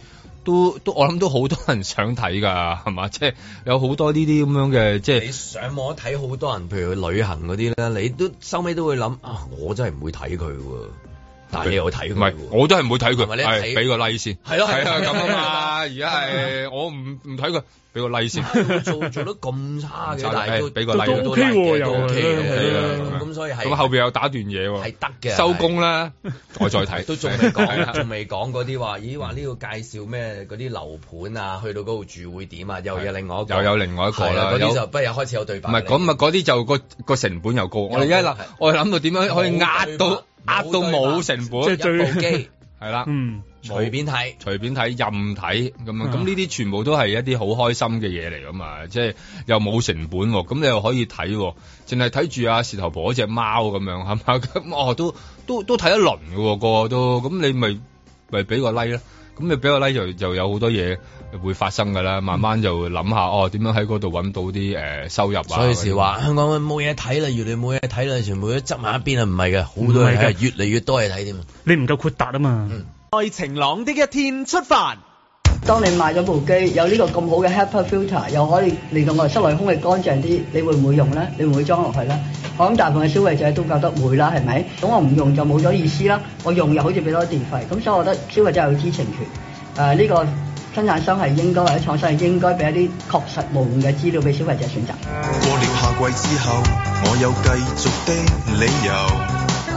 都都我諗都好多人想睇㗎，係嘛？即係有好多呢啲咁樣嘅，即你係上網睇好多人，譬如去旅行嗰啲咧，你都收尾都會諗啊，我真係唔會睇佢喎，但係你又睇唔佢係喎。我都係唔會睇佢，係咪你係睇俾個 like 先，係咯係係咯啊咁啊係嘛。 [laughs] 啊而家係我唔唔睇佢，俾個 like 先。做做得咁差嘅，差但係係都俾個都 like 都都 OK 喎 like 嘅都又 OK 係嘅係係啊係咁所以咁係後邊有打段嘢喎，係得嘅，收工啦，我再睇， [laughs] 都仲未係啊講，仲未講嗰啲話，咦話呢個介紹咩嗰啲樓盤啊，去到嗰度住會點啊，又有另外一個，又有另外一個係啊啦，嗰啲有就不如開始有對唔白嚟。係咁啊，嗰啲就個個成本又高。我哋而家高諗係，我哋諗到點樣可以壓到壓到冇成即本係，最一部機係啦，嗯，隨便睇。隨便睇任睇咁樣。嗯咁呢啲全部都係一啲好開心嘅嘢嚟噶嘛，即係又冇成本喎，咁你又可以睇喎，淨係睇住阿舌頭婆嗰只貓咁樣，係嘛？ [laughs] 咁哦，都都都睇一輪嘅喎，個個都咁你咪咪俾個 like 啦。咁你俾個 like 就就有好多嘢會發生㗎啦，慢慢就諗下哦點樣喺嗰度揾到啲誒、呃收入啊。所以時話香港冇嘢睇啦，越嚟冇嘢睇啦，全部都執埋一邊啊，唔係嘅，好多嘢唔係睇，越嚟越多嘢睇添。嗯你唔夠豁達啊嘛。在晴朗的一天出發。當你買咗部機，有呢個咁好嘅 E HEPA filter，又可以令到我哋室內空氣乾淨啲，你會唔會用呢？你會唔會裝落去呢？我諗大部分嘅消費者都覺得會啦，係咪？咁我唔用就冇咗意思啦，我用又好似俾多啲電費，咁所以我覺得消費者有知情權。誒、呢、個生產商係應該或者廠商係應該俾一啲確實無誤嘅資料俾消費者選擇。過了夏季之後，我有繼續的理由。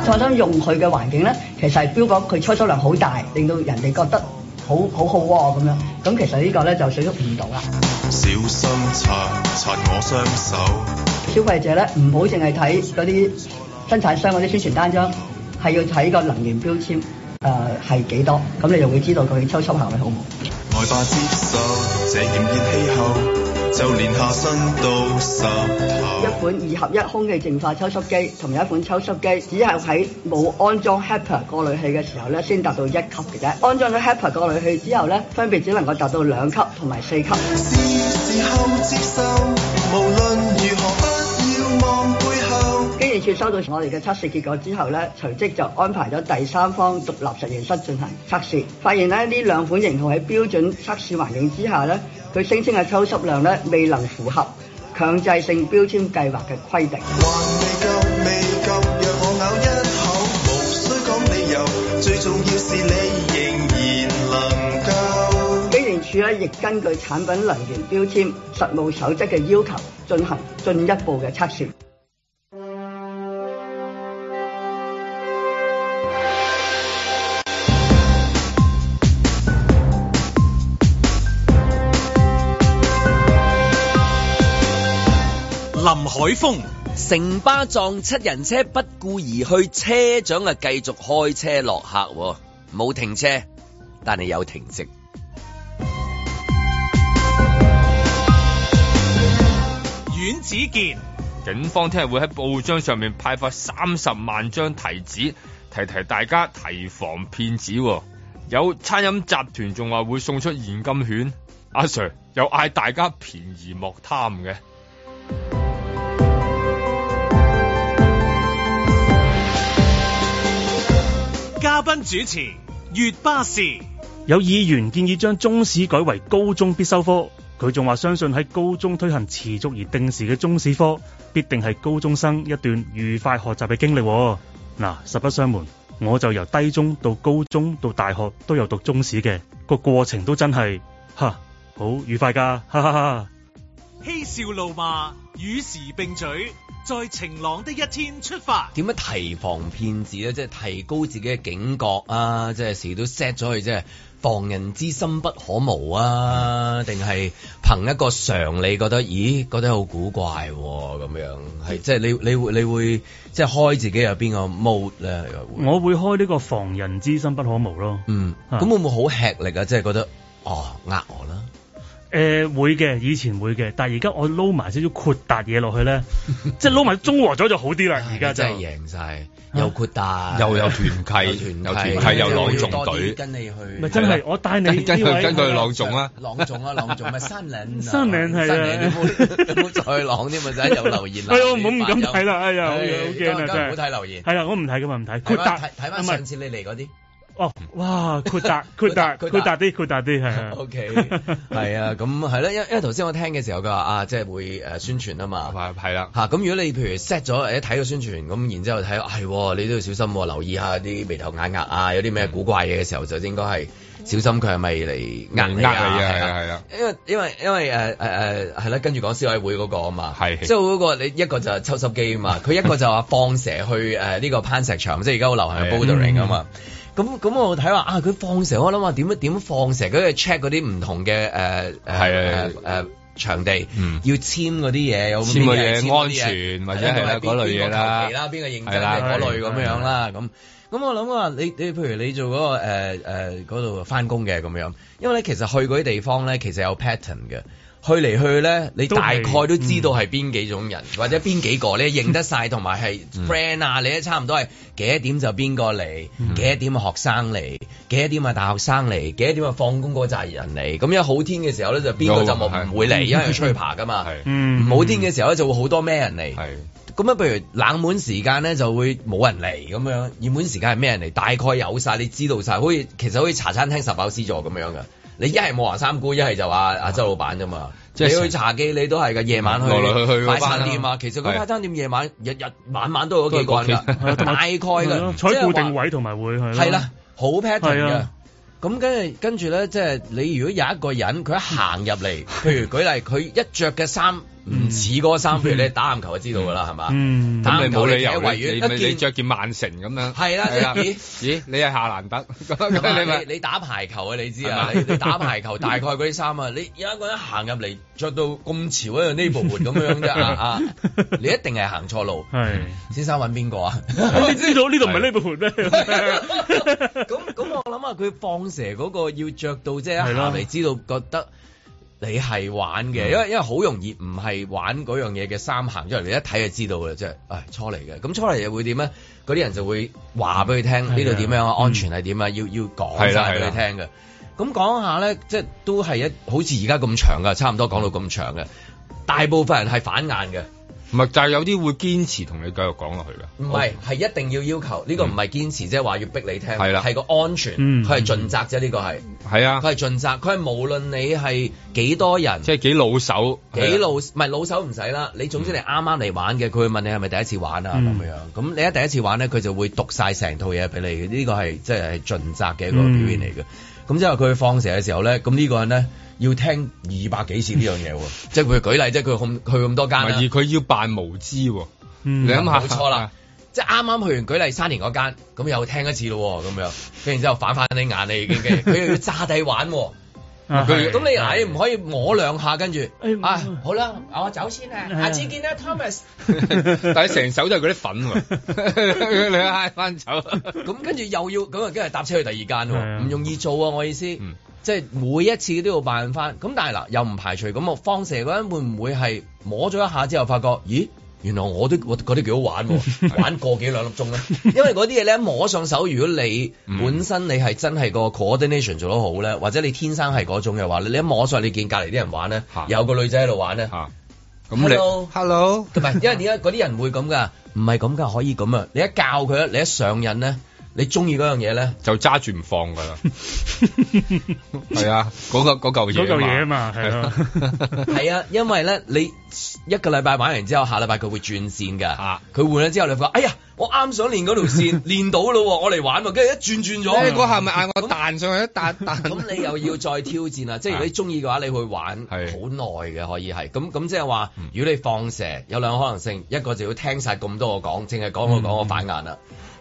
再想用佢嘅環境咧，其實係標榜佢出手量好大，令到人哋覺得好好好喎咁樣。咁其實呢個咧就水足唔到啦。小心擦擦我雙手，消費者咧唔好淨係睇嗰啲生產商嗰啲宣傳單張，係要睇個能源標籤誒係幾多，咁你就會知道佢抽抽效率好唔好。來吧接受這炎熱氣候，就連下身都濕透。一款二合一空氣淨化抽濕機同有一款抽濕機，只係喺冇安裝 HEPA 過濾器嘅時候咧，先達到一級嘅啫。安裝咗 HEPA 過濾器之後咧，分別只能夠達到兩級同埋四級。時候接受，無論如何不要望背後。經理處收到我哋嘅測試結果之後咧，隨即就安排咗第三方獨立實驗室進行測試，發現咧呢兩款型號喺標準測試環境之下咧，佢聲稱嘅抽濕量咧未能符合強制性標籤計劃嘅規定。最重要是你仍然能夠。機電署咧亦根據產品能源標籤實務守則嘅要求，進行進一步嘅測試。林海峰、城巴撞七人車不顧而去，車長啊繼續開車落客喎，冇停車，但係有停職。阮子健、警方聽日會喺報章上面派發三十萬張提子，提提大家提防騙子喎。有餐飲集團仲話會送出現金券，阿 Sir 又嗌大家便宜莫貪嘅。嘉賓主持粵巴士。有議員建議將中史改為高中必修科，佢仲話相信喺高中推行持續而定時嘅中史科，必定係高中生一段愉快學習嘅經歷喎。嗱，實不相瞞，我就由低中到高中到大學都有讀中史嘅，個過程都真係嚇好愉快㗎，哈哈哈！嬉笑怒罵，與時並舉，在晴朗的一天出發。點樣提防騙子啊咧？即係提高自己嘅警覺啊！即係時都 set 咗佢，即係防人之心不可無啊！定係憑一個常理覺得，咦，覺得好古怪喎咁、樣，係即係你你會你會即係開自己有邊個 mode 咧？我會開呢個防人之心不可無咯。嗯，咁會唔會好吃力啊？即係覺得哦，呃我啦。誒、會嘅，以前會嘅，但係而家我撈埋少少豁達嘢落去 [laughs] 咧，即係撈埋中和咗就好啲啦。而家就真係贏晒，又豁達，又 [laughs] 有團契有有團團契，契有朗仲誦隊跟你去，咪真係我帶你跟呢位佢跟佢朗誦啦。朗誦啊， [laughs] 朗誦咪山嶺啊，山嶺係啊山嶺你唔好 [laughs] 再朗添咪就有留言啊啦。 [laughs] 哎呀我唔好唔敢睇啦哎呀好唉驚啊今日唔好真係睇留言，係啦，我唔睇噶嘛，唔睇睇豁翻達，睇睇翻唔上係次你嚟嗰啲。哦，哇，豁達，豁 [laughs] 達，豁達豁達啲，豁達 [laughs] 啲係啊。 O K，係 [laughs] 啊，咁係啦，因為因為頭先我聽嘅時候佢話啊，即係會誒宣傳啊嘛。係係啦，嚇咁、如果你譬如 set 咗誒睇個宣傳咁，然之後睇係喎，你都要小心喎，留意下啲眉頭眼額啊，有啲咩古怪嘢嘅時候就應該係小心佢係咪嚟呃呃你你啊？啊，係係啊啊係啊，因為因為因為誒誒誒係啦，跟住講消委會嗰個啊嘛，係消委會嗰個你一個就係抽濕機啊嘛，佢一個就話放蛇去誒呢個攀石場，即係而家好流行嘅係啊 bouldering 啊嘛。咁咁我睇話啊，佢放蛇，我諗話點樣點樣放蛇，佢去 check 嗰啲唔同嘅誒誒係啊誒誒場地嗯，要簽嗰啲嘢，有冇簽邊個啲嘢簽嗰安啲全或者係係啦啦嗰類嘢邊個求啦其啦，邊個認真係啦嘅嗰類係咁樣啦，咁咁我諗啊，你你譬如你做嗰、個誒誒嗰度翻工嘅咁樣，因為咧其實去嗰啲地方咧其實有 pattern 嘅。去嚟去咧，你都大概係都知道係邊幾種人，或者邊幾個，你認得晒，同埋係 friend 啊，你都差唔多係幾多點就邊個嚟，幾多點係學生嚟，幾多點係大學生嚟，幾多點係放工嗰扎人嚟。咁有好天嘅時候咧，就邊個就冇有唔會嚟，因為佢出去爬噶嘛。係嗯，冇天嘅時候咧，就會好多咩人嚟。係咁啊，譬如冷門時間咧就會冇人嚟咁樣，熱門時間係咩人嚟？大概有晒，你知道晒，好似其實好似茶餐廳十口師座咁樣嘅。你一係冇話三姑，一係就話阿周老闆啫嘛。啊即你係去茶記你都係嘅，夜晚去來來去去嗰班快啊餐店啊。其實嗰係快餐店夜晚日日晚晚都有嗰幾個人都係㗎，同埋大概係㗎咯，採固定位位同埋會係咯係啦，，好 pattern 係嘅啊。咁跟住跟住咧，即係你如果有一個人佢一行入 [laughs] 嚟，譬如舉例，佢一着嘅衫唔似嗰個衫，譬如你打籃球就知道㗎啦，係嘛？嗯，啊咁你冇理由打籃球你睇你維你園一你件你着件曼城咁樣，係啦係啦啊咦咦，你係夏蘭德，咁 [laughs] 咁啊你咪你你打排球啊，你知係啊嘛，你你打排球大概嗰啲衫啊，你有一個人行入嚟着到咁潮喺度 neighborhood 咁樣啫 [laughs] 啊啊，你一定係行錯路，係。先生揾邊個啊？ [laughs] 你知道呢度唔係呢部盤咩？啊咁咁，我諗啊，佢放蛇嗰個要着到即係一係行咯嗯嚟知道覺得。你係玩嘅，因為因為好容易唔係玩嗰樣嘢嘅衫行出嚟，你一睇就知道嘅，即係唉初嚟嘅。咁初嚟又會點咧？嗰啲人就會話俾佢聽呢度點嗯樣啊，安全係點啊，要要講係啦晒係俾啦佢聽嘅。咁講下咧，即係都係一好似而家咁長㗎，差唔多講到咁長嘅。大部分人係反眼嘅，唔係，就係有啲會堅持同你繼續講落去嘅。唔係係一定要要求呢個唔係堅持，即係話要逼你聽，係啦係個安全，嗯佢係盡責啫，呢個係。係啊，佢係盡責，佢係無論你係幾多人，即係幾老手，幾老唔係老手唔使啦。你總之你啱啱嚟玩嘅，佢會問你係咪第一次玩啊咁嗯樣。咁你一第一次玩咧，佢就會讀晒成套嘢俾你。呢個係即係係盡責嘅一個表嗯現嚟嘅。咁之後佢放蛇嘅時候咧，咁呢個人咧要聽二百幾次呢樣嘢 [laughs] 喎。即係佢舉例，即係佢咁佢咁多間而啦。嗯佢要扮無知喎。你諗下，冇錯啦。即係啱啱去完舉例三年嗰間，咁又聽一次咯喎，咁樣，跟住之後反反你眼你已經，跟住佢又要炸地玩喎。啊佢係咁你嗱，你唔可以摸兩下，跟住誒啊好啦，我走先啦，啊下次見啦，Thomas。 [laughs] 但係成手都係嗰啲粉 [laughs] 喎，你 [laughs] 揩翻走。咁跟住又要咁啊，跟住搭車去第二間係啊嗯喎，唔容易做啊！我意思，即係每一次都要扮翻。咁但係嗱，又唔排除咁我放蛇嗰陣會唔會係摸咗一下之後發覺，咦？原來我都我嗰啲幾好 [laughs] 玩喎，玩個幾兩粒鐘咧。 [laughs] 因為嗰啲嘢咧摸上手，如果你嗯本身你係真係個 coordination 做得好咧，或者你天生係嗰種嘅話，你一摸上去你見隔離啲人玩咧，有個女仔喺度玩咧，咁你 hello，同埋因為點解嗰啲人會咁噶？唔係咁噶，可以咁啊！你一教佢咧，你一上癮咧，你中意嗰樣嘢咧，就揸住唔放 [laughs] 噶啦。係啊，嗰個嗰嚿嘢，嗰嚿嘢啊嘛係啊 [laughs] 係啊，因為咧你一個禮拜玩完之後，下禮拜佢會轉線啊㗎。佢換咗之後，你發覺哎呀，我啱想練嗰 [laughs] 條線，練到咯喎，我嚟玩喎，跟住一轉轉咗。你嗰下咪嗌我彈上去一 [laughs] 啊彈彈。咁你又要再挑戰啦，即係如果你中意嘅話，你會玩好耐嘅，可以係咁咁，即係話，嗯如果你放蛇有兩個可能性，一個就要聽晒咁多我講，淨係講我嗯講我反眼啦。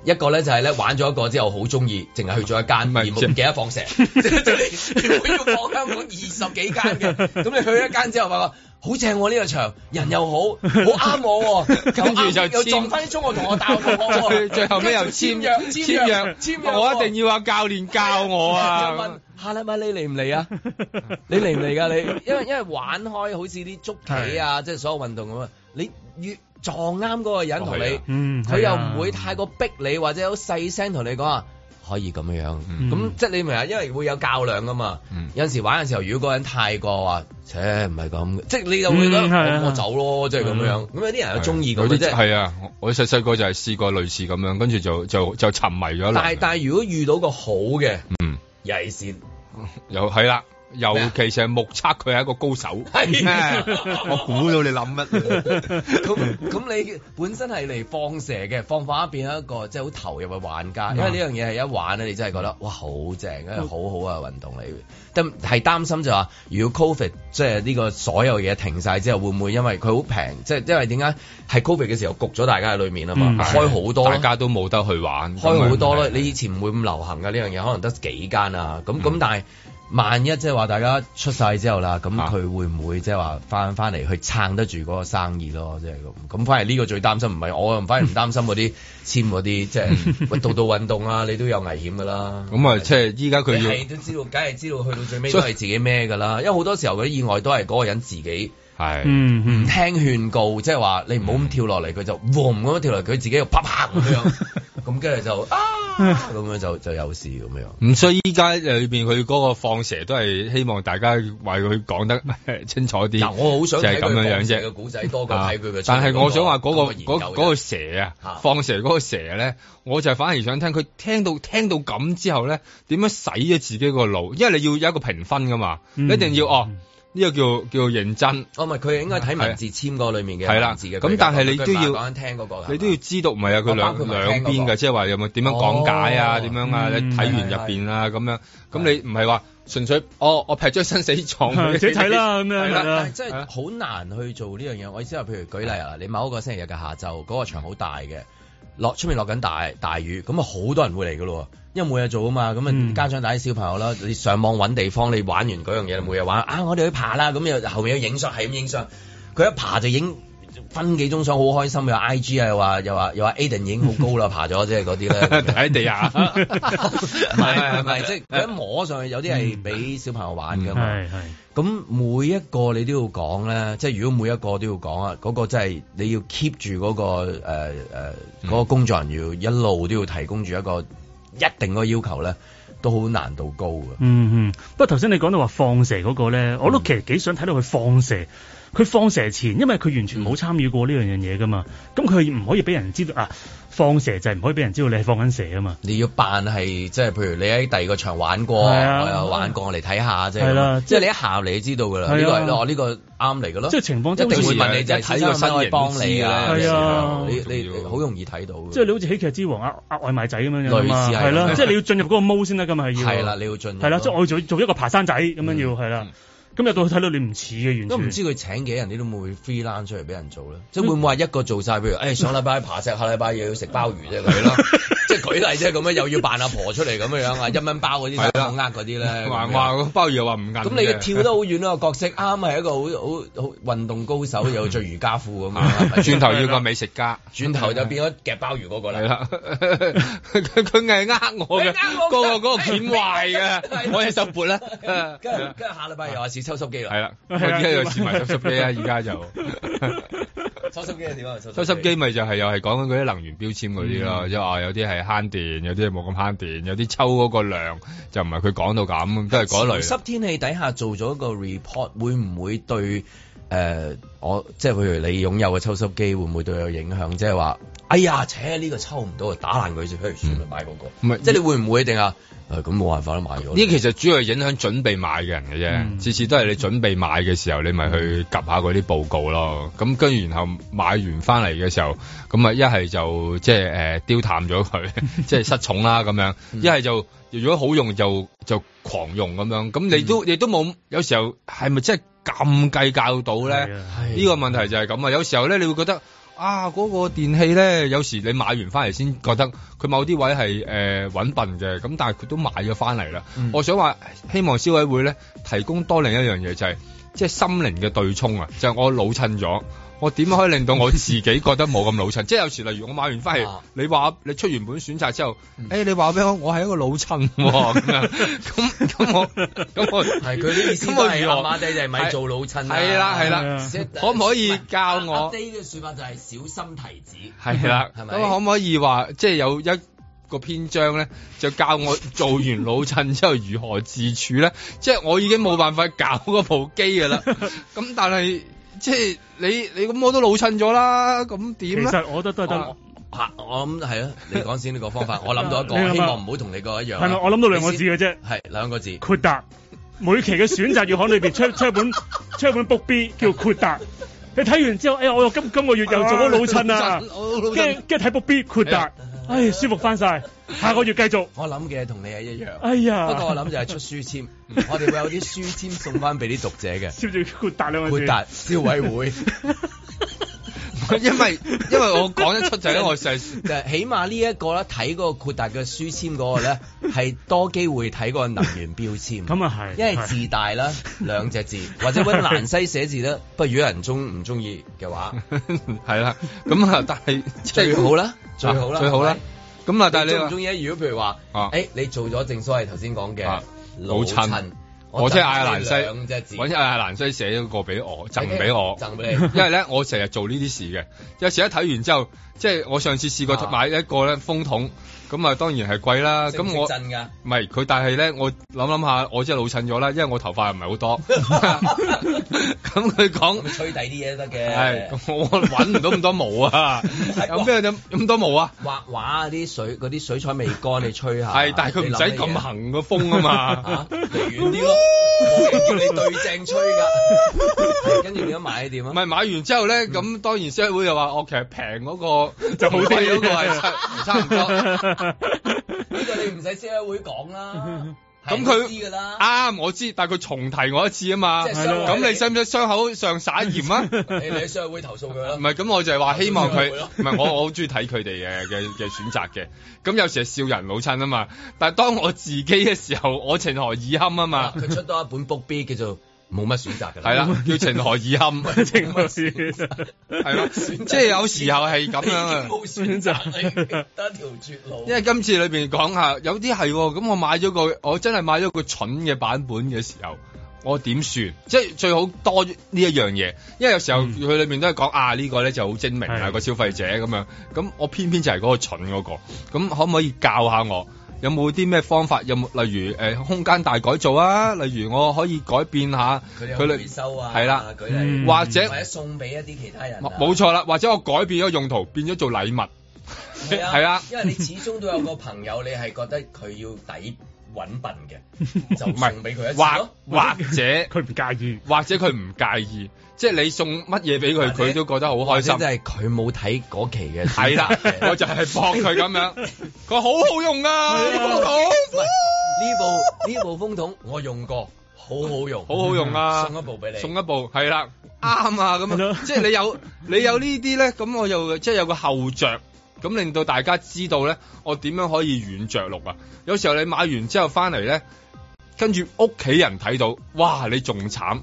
一個咧就係咧玩咗一個之後好中意，淨係去咗一間而冇唔記得放蛇，即係你你會要放香港二十幾間 [laughs] 嘅，咁你去一間之後發覺好正喎呢個場，[laughs] 人又好，好啱我喎，跟住又啱就又簽撞翻啲中學同學大學同學最喎，最後尾又啊跟住簽約簽簽約約簽約喎，我一定要話教練教我又問啊！下禮拜你嚟唔嚟 [laughs] 啊？你嚟唔嚟㗎？你因為因為玩開好似啲捉棋啊，即係所有運動咁啊，你越撞啱嗰個人同係你啊，嗯佢又係啊唔會太過逼你，或者好細聲同你講啊。可以咁樣樣，咁、嗯即係你明啊？因為會有較量噶嘛。嗯有陣時玩嘅時候，如果嗰個人太過話，切唔係咁嘅，即係你就會覺得、嗯係啊嗯我我走咯，即係咁樣。咁有啲人又中意咁有嘅啲啫。係啊，我我細細個就係試過類似咁樣，跟住就就就沉迷咗但啦係。但係如果遇到個好嘅，嗯，尤其是又係啦，尤其是係目測佢係一個高手。啊係 [laughs] 我估到你諗 [laughs] 乜？咁咁你本身係嚟放蛇嘅，放放一邊一個即係好投入嘅玩家，嗯因為呢樣嘢係一玩啊咧，你真係覺得哇好正，因為好好嘅運動嚟。但係擔心就話，如果 Covid 即係呢個所有嘢停晒之後，會唔會因為佢好平？即係因為點解係 Covid 嘅時候焗咗大家喺裏面啊嘛，開好多嗯大家都冇得去玩，開好多咯。你以前唔會咁流行嘅呢樣嘢，可能得幾間啊。咁嗯咁，但係萬一即係話大家出晒之後啦，咁啊佢會唔會即係話翻翻嚟去撐得住嗰個生意咯？即係咁。咁反而呢個最擔心唔係我，反而唔擔心嗰啲 [laughs] 簽嗰啲即係喂到到運動啊，你都有危險㗎啦。咁啊，即係依家佢你要係都知道，梗係知道去到最尾都所以係自己咩㗎啦。因為好多時候嗰啲意外都係嗰個人自己。係嗯唔聽勸告，即係話你唔好咁跳落嚟，佢就嗡咁樣跳落嚟，佢自己又啪啪咁 [laughs] 樣，咁跟住就啊咁樣就就有事咁樣。唔，所以依家裏邊佢嗰個放蛇都係希望大家為佢講得 [laughs] 清楚啲。嗱，我好想就係睇咁樣佢樣放啫蛇嘅。古仔多過啊睇佢嘅出嚟嗰個。但係我想話嗰、個咁嘅研究嗰嗰、個蛇嚇啊，放蛇嗰個蛇咧，我就反而想聽佢聽到聽到咁之後咧，點樣洗咗自己個腦？因為你要有一個評分噶嘛，你一定要哦，呢、個叫叫認真。啊哦，唔係佢應該睇文字簽嗰裡面嘅係啦文字嘅咁比較但係你佢都要慢慢聽嗰個㗎。你都要知道，唔係啊，佢哦包兩括埋兩聽嗰邊個嘅，即係話有冇點樣講解啊，哦點樣啊，嗯你睇完入邊啊咁樣，咁你唔係話純粹哦，我劈咗生死狀， [laughs] 自己睇啦咁樣係啦，係啊啦但係真係好難去做呢樣嘢。我意思係，譬如舉例啊，你某一個星期日嘅下晝，嗰個場好大嘅，落出面落緊大大雨，咁啊好多人會嚟嘅咯喎，因為冇嘢做啊嘛，嗯咁啊家長帶啲小朋友啦，你上網揾地方，你玩完嗰樣嘢，你冇嘢玩啊，我哋去爬啦，咁又後面有影相，係咁影相，佢一爬就影。分幾鐘相好開心，又 I G 啊又話又話又話 Aden 已經好高啦， [laughs] 爬咗即係嗰啲 [laughs] 咧，喺地下，啊唔係唔係，即係佢一摸上去有啲嗯係俾小朋友玩㗎嘛。嗯係係。咁每一個你都要講咧，即係如果每一個都要講啊，嗰、個真係你要 keep 住嗰個誒誒嗯嗰個工作人員要一路都要提供住一個一定個要求咧，都好難度高嘅。嗯嗯，不過頭先你講到話放蛇嗰個咧，嗯我都其實幾想睇到佢放蛇。佢放蛇前，因為佢完全嗯冇參與過呢樣嘢噶嘛，咁佢唔可以俾人知道啊！放蛇就係唔可以俾人知道你係放緊蛇啊嘛。你要扮係即係，譬如你喺第二個場玩過，係啊我又玩過，我嚟睇下啫。啊係啦即係你一下嚟就知道㗎啦。係啊呢個係我哦呢個啱嚟㗎咯。即係情況一真係定會會哎問你就睇係睇個身個形身可以幫你啊。知㗎啦你你你好容易睇到㗎。即係你好似喜劇之王呃呃外賣仔咁樣樣啊嘛，類似係係啦咁，樣即係你要進入嗰個毛先得噶嘛，啊係要係啦，你要進入係啦，即係我咯要做做一個爬山仔咁樣要係啦，咁入到去睇到你唔似嘅都唔完知全，佢請幾人，你都冇會 freelance 出嚟俾人做嗯咧。即係會唔會話一個做晒？譬如誒上禮拜爬石，下禮拜又要食鮑魚啫佢 [laughs] 咯。即係舉例啫，咁樣又要扮阿婆出嚟咁樣樣啊，一蚊包嗰啲係啦想呃嗰啲咧。話咁樣話個鮑魚又話唔硬嘅，咁你跳得好遠啦，個角色啱係一個好好好運動高手，又着瑜伽褲 [laughs] 咁樣，係咪轉頭要個美食家，轉頭就變咗夾鮑魚嗰個係啦。啦， [laughs] 佢佢佢係呃我嘅，嗰個嗰個片壞 [laughs] 嘅，我隻手撥啦，跟住跟住下禮拜又話試抽濕機啦，係啦， [laughs] 我而家又試埋收濕機啊，而家就。 [laughs] 抽濕機係點啊？收濕機咪就係又係講緊嗰啲能源標籤嗰啲咯，即係話有啲係慳電，有啲係冇咁慳電，有啲抽嗰個量就唔係佢講到咁，都係嗰類。啊潮濕天氣底下做咗一個 report，會唔會對誒、呃我即係譬如你擁有嘅抽濕機會唔會對佢有影響？即係話，哎呀，扯呢、個抽唔到啊，打爛佢先，不如算啦，買嗰、個。唔係即係你會唔會定啊？誒咁冇辦法啦，買咗啦。呢其實主要係影響準備買嘅人嘅啫，嗯次次都係你準備買嘅時候，你咪去及下嗰啲報告咯。咁跟住然後買完翻嚟嘅時候，咁啊一係就即係誒丟淡咗 [laughs] 佢，即係失重啦咁樣；嗯一係就如果好用就就狂用咁樣。咁你嗯都你都冇，有時候係咪真係咁計較到咧？係啊呢個問題就係咁啊！有時候咧，你會覺得啊，嗰、個電器咧，有時你買完翻嚟先覺得佢某啲位係誒揾笨嘅，咁但係佢都買咗翻嚟啦。嗯我想話，希望消委會咧提供多另一樣嘢就係、即係心靈嘅對沖啊！就係、我老襯咗。我點可以令到我自己覺得冇咁老襯？即係有時例如我買完翻嚟啊，你話你出完本選擇之後，誒、你話俾我，我係一個老襯喎 [laughs] 咁樣，咁咁我咁我係佢啲意思咁都我係如何阿媽仔就係咪做老襯啦係啦係係啦啊。可唔可以教我呢嘅説法就係小心提子。係啦，係嗯咁咪可唔可以話即係有一個篇章咧，就教我做完老襯之後如何自處咧？即係我已經冇辦法搞嗰部機㗎啦。咁但係即係你你咁我都老襯咗啦，咁其點咧？實我覺得都係得啊。嚇，我諗係 [laughs] 啊，你講先呢個方法，我諗到一你諗個，下希望唔好同你個一樣啊。係咪？我諗到兩個字嘅啫，係兩個字。豁達。每期嘅選擇月刊 [laughs] 裏邊出出一本出一本 book B 叫豁達。你睇完之後，哎呀，我又今今個月又做咗老襯老啊襯我老，襯哎跟住跟住睇 book B 豁達，唉，舒服翻晒。下個月繼 [laughs] 續。我諗嘅同你係一樣，哎呀，不過我諗就係出書 [laughs] 籤，我哋會有啲書籤送翻俾啲讀者嘅。接住豁達兩個字。豁達消委 [laughs] 會，因為因為我講得出就係因為我就係就起碼呢一個咧，睇嗰個豁達嘅書籤嗰個咧，係多機會睇嗰個能源標籤。咁啊係因為字大啦，兩隻字，或者揾蘭西寫字啦。不過如果有人中唔中意嘅話， [laughs] 係啦。咁啊，但係即係啊最好啦，最好啦，最好啦。咁啊，但係你你中唔話中意咧？如果譬如話，啊誒你做咗正所謂頭先講嘅啊老老襯襯，我即係嗌蘭西兩隻字，揾阿蘭西寫咗個俾我，贈俾我。贈俾你。 [laughs] 因為咧，我成日做呢啲事嘅。有時一睇完之後，即係我上次試過啊買一個咧風筒，咁啊當然係貴啦。咁我震㗎，唔係佢，但係咧我諗諗下，我真係老襯咗啦，因為我頭髮又唔係好多。 [laughs] 咁佢講咁吹底啲嘢都得係，嘅。咁我揾唔到咁多毛啊！有咩咁咁多毛啊？畫畫啊啲水嗰啲水彩未乾，你吹下。係，但係佢唔使咁行行個風啊嘛 [laughs] 啊，。離遠啲咯，冇人叫你對正吹 [laughs] 㗎。跟住點樣買點唔啊？係買完之後咧，咁當然消委會又話，我哦其實平嗰個就好啲貴嗰個係 [laughs] [laughs] 差差唔多。呢個你唔使消委會講啦，咁係佢都知㗎啦。啱，我知，但係佢重提我一次啊嘛。即係傷害咁你使唔使傷口上撒鹽啊？你你 [laughs] 消委會投訴佢啦唔。係，咁我就係話希望佢，咁咪會咯唔係我我好中意睇佢哋嘅嘅嘅選擇嘅。咁有時係笑人老襯啊嘛，但係當我自己嘅時候，我情何以堪啊嘛。佢出多一本 book B 叫做冇乜選擇㗎係啦，叫情何以堪，情何以係係咯，即係有時候係咁樣啊。冇選擇，得一條絕路。因為今次裏邊講下，有啲係喎咁，我買咗個，我真係買咗個蠢嘅版本嘅時候，我點算？即係最好多呢一樣嘢，因為有時候嗯佢裏面都係講啊呢個咧就好精明啊係個消費者咁樣，咁我偏偏就係嗰個蠢嗰個，咁可唔可以教下我？有冇啲咩方法？有冇例如誒、呃空間大改造啊？例如我可以改變下佢哋裏有回收啊，係啦，嗯舉例或者或者送俾一啲其他人啊，冇錯啦，或者我改變咗用途，變咗做禮物，係啊， [laughs] 係啊因為你始終都有個朋友，你係覺得佢要抵揾笨嘅， [laughs] 就送俾佢一次或咯。或 [laughs] 者。佢唔介意，或者佢唔介意，即係你送乜嘢俾佢，或者佢都覺得好開心或者。真係佢冇睇嗰期 [laughs] 嘅，係啦，我就係搏佢咁樣， [laughs] 佢好好用啊，喂呢部呢部風筒我用過，好好用，好好用啊送一部俾你，送一部係啦，啱啊咁係咯樣，即係你有你有呢啲咧，咁我又即係有個後着。咁令到大家知道咧，我點樣可以軟着陸啊？有時候你買完之後翻嚟咧，跟住屋企人睇到，哇！你仲慘，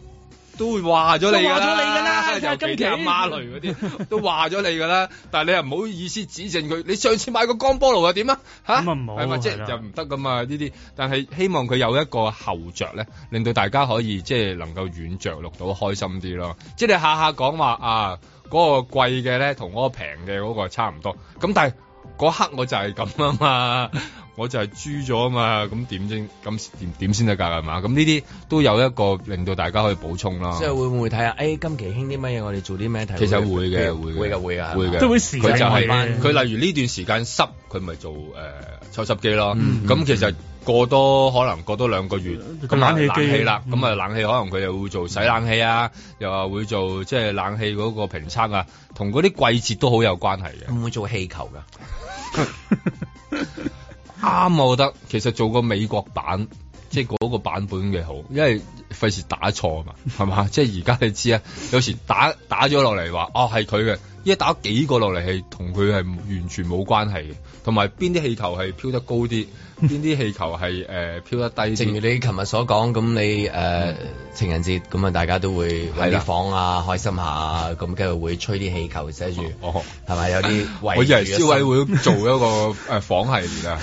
都會話咗你㗎都話咗你㗎啦啦，尤其啲阿媽類嗰啲 [laughs] 都話咗你㗎啦。但係你又唔好意思指正佢，你上次買個光波爐又點啊？嚇，咁啊唔好係咪即係係啦又唔得㗎嘛？呢啲，但係希望佢有一個後着咧，令到大家可以即係能夠軟着陸到開心啲咯。即係你下下講話啊，嗰、個貴嘅咧同嗰個平嘅嗰個差唔多，咁但係嗰刻我就係咁啊嘛， [laughs] 我就係豬咗啊嘛，咁點先咁點點先得㗎係嘛？咁呢啲都有一個令到大家可以補充啦即。係會唔會睇下？誒，今期興啲乜嘢？我哋做啲咩睇？其實會嘅，會會嘅會嘅，會嘅，會嘅，都會時佢就係間嘅佢例如呢段時間濕，佢咪做誒呃抽濕機咯。嗯咁其實過多可能過多兩個月，個咁啊冷氣機冷氣啦，嗯咁啊冷氣可能佢又會做洗冷氣啊，又話會做即係冷氣嗰個評測啊，同嗰啲季節都好有關係嘅。會唔會做氣球㗎？ [laughs] 啱，啊我覺得其實做個美國版，即係嗰個版本嘅好，因為費事打錯啊嘛， [laughs] 係嘛？即係而家你知啊，有時打打咗落嚟話，哦係佢嘅，依家打幾個落嚟係同佢係完全冇關係嘅，同埋邊啲氣球係飄得高 [laughs] 啲，邊啲氣球係誒、呃、飄得低正如啲。你琴日所講，咁你誒、呃情人節咁啊，大家都會揾係啦啲房啊，開心下啊，咁跟住會吹啲氣球，寫住哦，係咪有 [laughs] 啲圍我以為住嘅消委心會做一個誒房系列啊，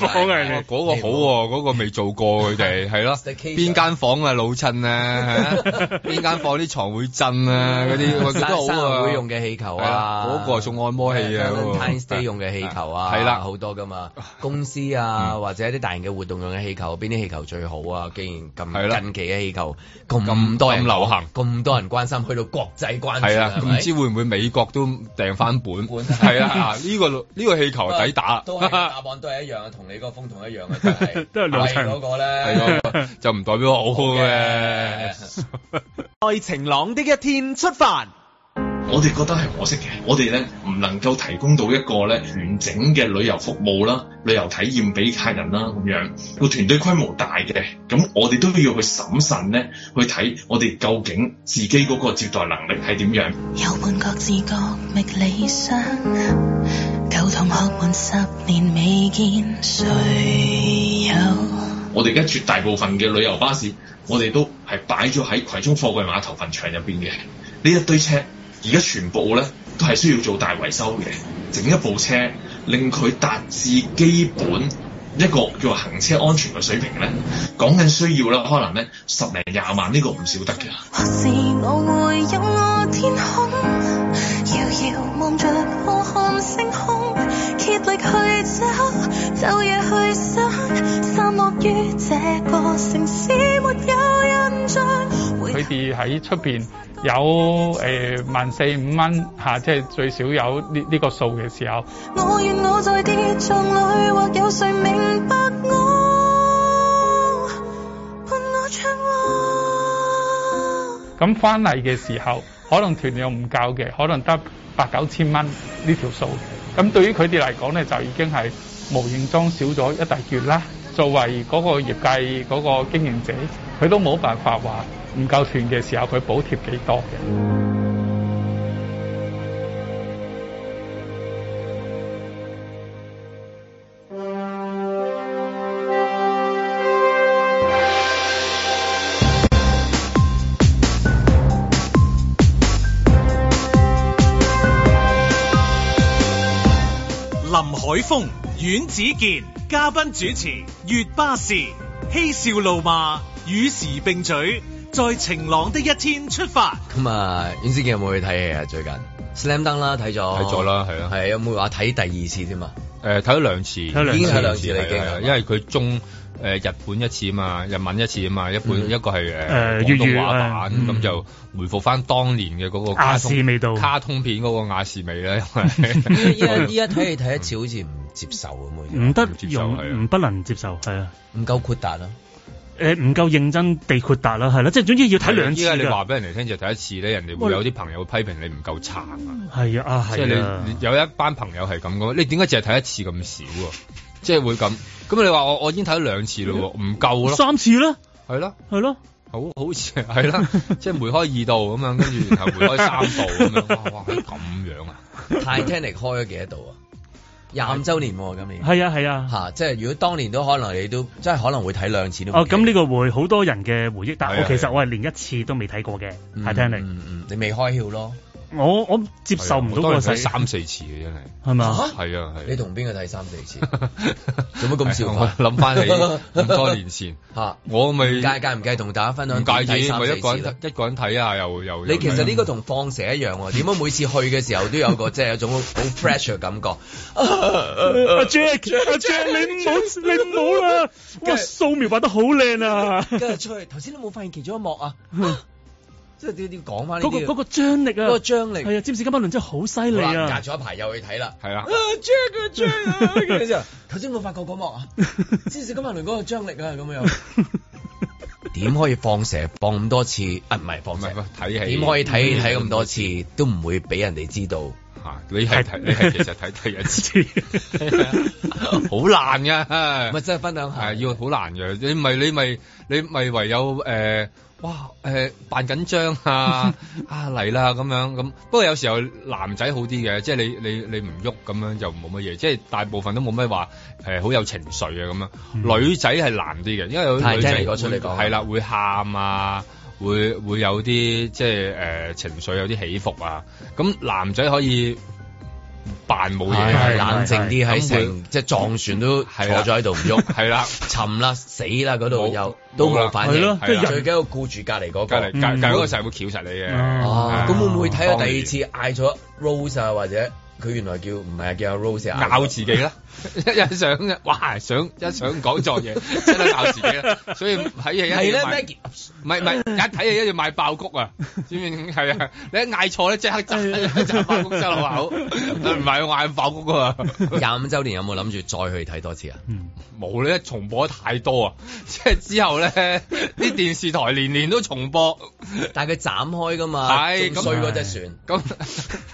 講啊係你哦嗰個好喎，嗰個未做過佢 [laughs] 哋係咯， Staycation 邊間房啊老襯啊，邊間房啲床會震 [laughs] 啊嗰啲，我覺得好生啊。日會用嘅氣球係啊啦，嗰個係送按摩器啊嗰個 Valentine's Day 用嘅氣球啊，係啦好多噶嘛。公司啊，或者一啲大型嘅活動用嘅氣球，邊啲氣球最好啊？既然係啦咁近期嘅氣球咁咁多人咁流行咁多人關心，去到國際關注係啦啊，，係唔咪知會唔會美國都訂翻本？本係啊， [laughs] 啊呢個呢個氣球抵打，都係答案都係一樣啊，同你個風筒一樣啊，就係都係兩層喂嗰個 [laughs] 係咧。咯就唔代表我好嘅。在晴朗的一天出發。 [laughs] 我哋覺得係可惜嘅，我哋咧唔能夠提供到一個咧完整嘅旅遊服務啦、旅遊體驗俾客人啦咁樣。個團隊規模大嘅，咁我哋都要去審慎咧去睇我哋究竟自己嗰個接待能力係點樣。有半覺自覺覓理想，舊同學們十年未見，誰 [laughs] 有？我哋而家絕大部分嘅旅遊巴士，我哋都係擺咗喺葵涌貨櫃碼頭墳場入邊嘅。呢一堆車而家全部咧都係需要做大維修嘅，整一部車令佢達至基本一個叫做行車安全嘅水平咧，講緊需要啦，可能咧十零廿萬呢個唔少得嘅。或是我會有我天空，遙遙望着浩瀚星空，竭力去找，晝夜去想，散落於這個城市，沒有印象。回佢哋喺出邊有誒萬四五蚊嚇，即係最少有呢呢個數嘅時候，我願我在跌撞裏，或有誰明白我，伴我唱和。咁翻嚟嘅時候，可能團友唔夠嘅，可能得八九千蚊呢條數嘅。咁對於佢哋嚟講咧，就已經係無形中少咗一大橛啦。作為嗰個業界嗰個經營者，佢都冇辦法話唔夠團嘅時候，佢補貼幾多嘅。林海峰、阮子健，嘉賓主持，粵巴士，嬉笑怒罵，與時並舉，在晴朗的一天出發。咁啊，阮思健有冇去睇戲啊？最近 Slam Dunk 啦，睇咗，睇咗啦，係啊，係有冇話睇第二次添啊？誒呃睇咗兩次，已兩次經睇兩次已經啦，已經係啊係。因為佢中誒日本一次啊嘛，日文一次啊嘛，一嗯本一個係誒誒廣粵東語話啊版，咁就回復翻當年嘅嗰個亞卡視通味道卡通片嗰個亞視味啦，因依家為依家睇戲睇一次好似唔接受咁啊，唔得接受容，係啊唔不能接受，係啊，唔夠豁達啦。誒唔夠認真地豁達啦，係啦，即係總之要睇兩次啊啊依家你話㗎，俾人哋聽就睇一次咧，人哋喂會有啲朋友批評你唔夠撐啊。係啊，啊即係係啊你你，有一班朋友係咁嘅，你點解淨係睇一次咁少啊？即係會咁，咁你話我我已經睇咗兩次咯喎，唔夠咯，三次啦，係咯，係咯，好好似係係啦，即係梅開二度咁樣，跟住然後梅開三度咁樣，哇 [laughs] 哇係咁樣啊！ Titanic 開咗幾多度啊？廿五週年喎，今年係啊係啊，嚇，即係如果當年都可能你都即係可能會睇兩次都唔哦奇。咁呢個會好多人嘅回憶，但係啊我其係實我係連一次都未睇過嘅，嗯係聽你，嗯啊嗯你未開竅咯，我我接受唔到我嗰個當時睇世三四次嘅真係，係嘛嚇係啊係你啊。同邊個睇三四 [laughs] 次？做乜咁笑我法？諗翻起咁多年前，嚇，我咪啊唔介介唔介同大家分享唔介意，點咪睇一個三四次人啦一個人睇下又又。你其實呢個同放蛇一樣喎，點解每次去嘅時候都有個即係有種好 pressure 感覺？阿 Jack，阿 Jack，你唔好你唔好啦！哇，素描畫得好靚啊！跟住出去，頭先都冇發現其中一幕啊，即係點點講翻呢 [laughs] 嗰個啲嗰個張力啊，嗰個張力係啊！占士金巴倫真係好犀利好啦啊隔！咗一排又去睇啦，係啦啊 Jack 啊 Jack 啊，跟住之後頭先冇發覺嗰幕 [laughs] 啊，芝士今日輪嗰個張力啊咁樣。點可以放蛇放咁多次？啊，唔係放蛇，睇戲點可以睇睇咁多次都唔會俾人哋知道？嚇，你係睇你係其實睇第一 [laughs] 次，好難噶。咪真係分享下。係要好難嘅，你咪你咪你咪唯有誒、呃哇誒、呃扮緊張 [laughs] 啊啊嚟啦咁樣咁。不過有時候男仔好啲嘅，即係你你你唔喐咁樣就冇乜嘢，即係大部分都冇乜話誒好有情緒啊咁樣。女仔係難啲嘅，因為有係女仔嗯聽你嗰出嚟講係啦，會喊啊。會會有啲即係誒、呃情緒有啲起伏啊，咁男仔可以扮冇嘢啊，係冷靜啲喺咁會成即係撞船都坐咗喺度唔 [laughs] 喐，係啦，沉啦死啦嗰度冇又都冇啦冇反應，係咯即係人最緊要顧住隔離嗰個，隔離隔隔嗰個時候會翹實你嘅。啊哦，係咁會唔會睇到第二次嗌咗 Rose 啊，或者佢原來叫唔係叫阿 Rose 啊，咬自己啦？一一想嘅，哇！想一想講錯 [laughs] 嘢，真係咬自己啦。所以喺嘢 [laughs] 一係定咧要買，Maggie，唔係唔係，一睇嘢一定要買爆谷啊！知唔知？係啊，你一嗌錯咧，即刻 [laughs] 揸揸爆谷 [laughs] 揸落口。唔係我嗌爆谷啊！廿五週年有冇諗住再去睇多次啊？冇咧，重播得太多啊！即係之後 [laughs] 咧，啲電視台年年都重播，但係佢斬開噶嘛，係啊仲咁衰嗰隻船。咁 [laughs]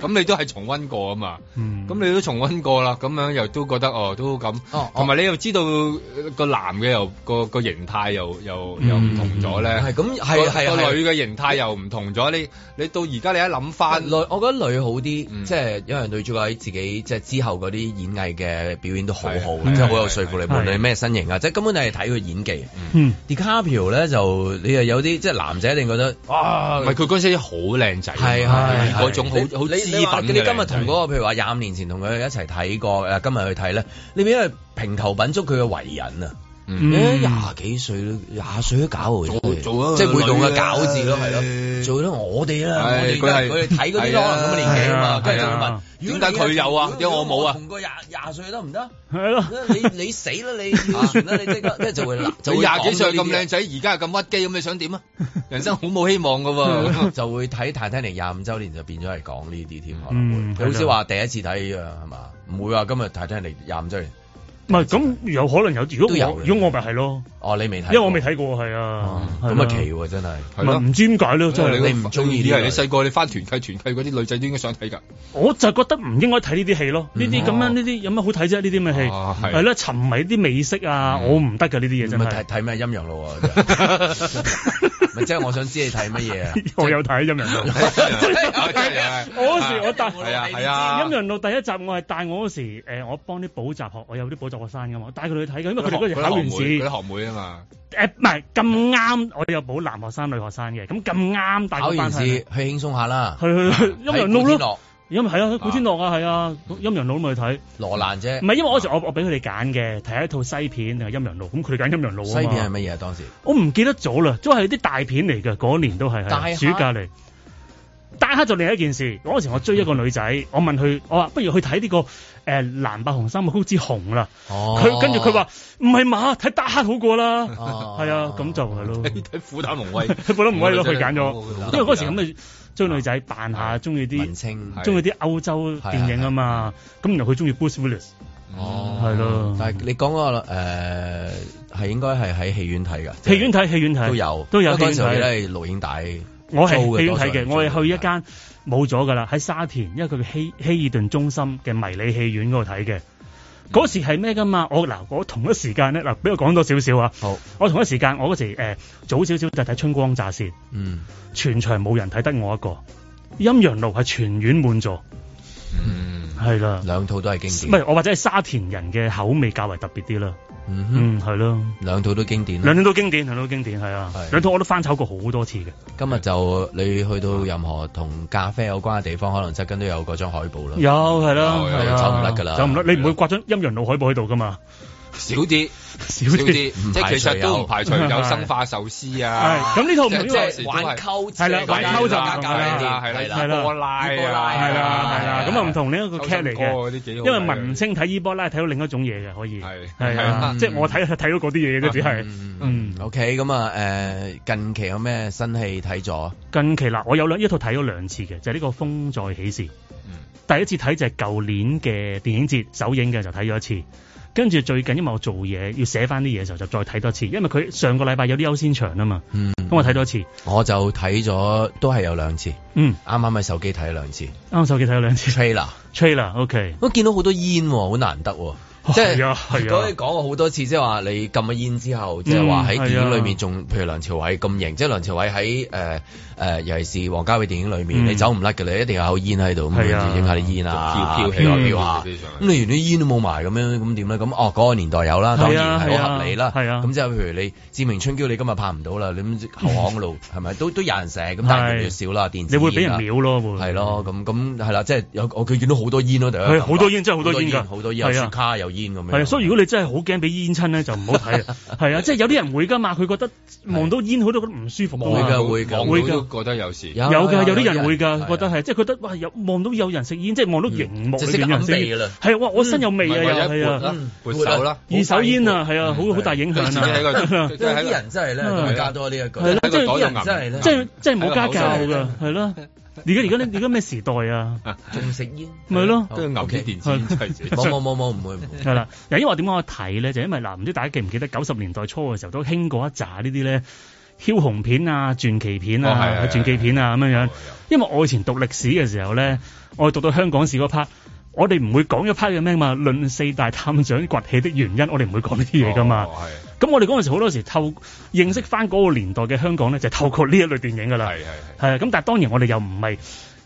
咁你都係重温過啊嘛，嗯咁你都重温過啦，咁樣又都覺得哦都咁，同埋你又知道呃個男嘅又個個形態又又又唔同咗咧，係咁個係係個係女嘅形態又唔同咗，你你到而家你一諗翻女，我覺得女好啲，嗯即係因為女主角喺自己即係之後嗰啲演藝嘅表演都好好，係即係係好有說服力，無係論你咩身形啊，即係根本你係睇佢演技。嗯 DiCaprio 咧就你又有啲即係男仔一定覺得哇，唔係佢嗰陣時好靚仔，啊係係嗰種好你好你資你話品你今日同嗰個譬如話廿五年前同佢一齊睇過，啊誒今日去睇咧，你變咗係評頭品足佢嘅為人啊！嗯誒廿幾歲都廿歲都搞喎，做咗即係會用個嘅女搞字咯，啦係咯，做咗我哋啦，我係哋佢係佢哋睇嗰啲都可能咁嘅年紀啊嘛，跟住就會問點解佢有啊？點解我冇啊？同個廿廿歲得唔得？係咯，你你死啦 [laughs] 你，跳船啊啦你即刻，即係就會鬧就你會廿幾歲講呢咁啲靚仔，而家又咁屈機，咁你想點啊？人生好冇希望噶喎。 [laughs] 就會睇《泰坦尼廿五週年》就變咗係講呢啲添，可能嗯會佢好少話第一次睇啊，係嘛？唔會話今日《泰坦尼廿五週年》，唔係咁有可能有，如都果有我嘅如果我咪係咯，哦，你未睇，因為我未睇過係啊，係咁啊啦奇喎，真係係咯唔知點解咯，真因為係你唔中意呢以個為你細個你翻團契團契嗰啲女仔都應該想睇㗎。我就覺得唔應該睇呢啲戲咯，呢啲咁樣呢啲有乜好睇啫？呢啲咪戲嗯哦係嗯係啦，沉迷啲美式啊，我唔得㗎呢啲嘢真咪睇係。睇咩陰陽 [laughs] 路啊？ [laughs] 咪即係我想知你睇乜嘢啊？ [laughs] 我有睇陰陽路，啊我嗰時我帶係啊係啊陰陽路第一集我係帶我嗰時誒，我幫啲補習學，我有啲補習學生㗎嘛，我帶佢哋去睇㗎，因為佢哋嗰時考完試佢。啲學妹啊嘛，誒唔係咁啱，我有補男學生、女學生嘅，咁咁啱大考個班完試係去輕鬆下啦， [laughs] 去去去陰陽睇路古天樂咯，因為係啊，古天樂啊，係啊，陰陽佬咪去睇。羅蘭啫唔，係因為嗰時我我俾佢哋揀嘅，睇一套西片定係陰陽路，咁佢哋揀陰陽路啊嘛西片係乜嘢啊？當時我唔記得咗啦，都係啲大片嚟嘅，嗰年都係大係蝦暑假嚟。大黑就另一件事，嗰時我追一個女嗯仔，我問佢，我話不如去睇呢、個誒、呃、藍白紅三個高之紅啦。哦佢、跟住佢話唔係嘛，睇大黑好過啦。係、哦啊，咁就係咯。睇虎膽龍 [laughs] 威，佢本得唔威咯，佢揀虎膽 [laughs] 咗，因為嗰時咁嘅追女仔扮下，中意啊文啲青中意啲歐洲電影啊嘛。咁然後佢中意 Bruce Willis，哦，係咯但係你講嗰個誒係應該係喺戲院睇㗎，即係戲院睇戲院睇都有都有因為嗰陣戲時院我睇記得係錄影帶，我係租戲院多睇數係嘅，我係去一間冇咗㗎啦，喺沙田，因為佢叫希希爾頓中心嘅迷你戲院嗰度睇嘅。嗰時係咩㗎嘛？我嗱，我同一時間咧，嗱，俾我講多少少啊。好，我同一時間，我嗰時誒、呃早少少就睇《春光乍泄》，嗯，全場冇人睇得我一個，《陰陽路》係全院滿座，嗯，係啦。兩套都係經唔典，係，我或者係沙田人嘅口味較為特別啲啦。嗯嗯，哼，係咯，兩套都經典。兩套都經典，兩套都經典，係啊係，兩套我都翻炒過好多次嘅。今日就你去到任何同咖啡有關嘅地方，可能側跟都有嗰張海報啦。有係啦，有係有啊走唔甩㗎啦走唔甩，你唔會掛張陰陽路海報喺度噶嘛？少啲，少少啲啲，即係其實都唔排除唔排除有有生化壽司係啊。咁呢套唔即係因即為係玩溝係啦，玩溝就唔加同咖啦喱啦，係啦，波拉啊，係啦，係啦，咁啊唔同另一個周 cat 信嚟哥嗰啲嘅，幾好因睇為文青睇伊波拉睇到另一種嘢嘅，可以係係啊，嗯即係我睇睇到嗰啲嘢嘅，只係嗯。 OK，咁啊誒，近期有咩新戲睇咗？近期嗱，我有兩呢套睇咗兩次嘅，就係、呢個《風再起時》。嗯第一次睇就係舊年嘅電影節首映嘅，就睇咗一次。跟住最近因為我做嘢要寫翻啲嘢嘅時候，就再睇多次，因為佢上個禮拜有啲優先場啊嘛，嗯，咁我睇多次。我就睇咗，都係有兩次，嗯，啱啱喺手機睇咗兩次啱手機睇咗兩次 trailer。 trailer，OK、我見到好多煙喎，好難得喎。即係係啊係啊如果你講過好多次，即係話你撳咗煙之後，即係嗯啊話喺電影裏面仲，譬如梁朝偉咁型，即係梁朝偉喺誒誒，尤其是王家衛電影裏面，嗯你走唔甩㗎，你一定有口煙喺度，咁係啊影下啲煙啊，飄飄起飄下嗯飄下，飄咁你連啲煙都冇埋咁樣，咁點咧？咁哦，嗰個年代有啦，係啊當然係係好啊合理啦。係啊咁即係譬如你《志明春嬌》，你今日拍唔到啦，你咁後巷嗰度係咪都都有人食咁，但係越嚟越少啦，電子你會俾煙人啦秒咯，會係咯，咁咁係啦，即係有我佢見到好多煙咯，第一係好多煙真係好多煙㗎好多煙，有係啊雪卡有煙咁樣。係啊，所以如果你真係好驚俾煙親咧，就唔好睇啊。係啊，即係有啲人會㗎嘛，佢覺得望到煙佢都覺得唔舒服㗎會嘛。㗎會㗎會望到㗎。都覺得有時有有㗎，有啲有人會係㗎，啊覺得係，即係覺得哇，有望到有人食煙，即係望到熒幕嗯裏就識邊有人揞食鼻煙啦，係啊哇，我身有味啊，或又者嗯係撥啦啊，撥手啦，二手煙啊，係啊，好好大影響佢自己喺個 [laughs] 啊，因為啲人真係咧，係啊佢加多呢一句，係啦喺個袋度啲人揞真係咧，即係即係冇家教喺㗎，係咯。而家而家而家咩時代啊？仲食煙，咪咯都要揞啲電子煙出嚟自己冇冇冇冇，唔會唔會。 [laughs] 係啦，嗱，因為我點解我睇咧，就因為嗱，唔知大家記唔記得九十年代初嘅時候都興過一紮呢啲咧梟雄片啊、傳奇片哦係啊、係係傳記片啊咁樣樣。因為我以前讀歷史嘅時候咧，我讀到香港史嗰 part，我哋唔會講一 part 嘅咩嘛，論四大探長崛起的原因，我哋唔會講呢啲嘢噶嘛。哦咁我哋嗰陣時好多時透認識翻嗰個年代嘅香港咧，就透過呢一類電影㗎啦。係係係。係啊，咁但係當然我哋又唔係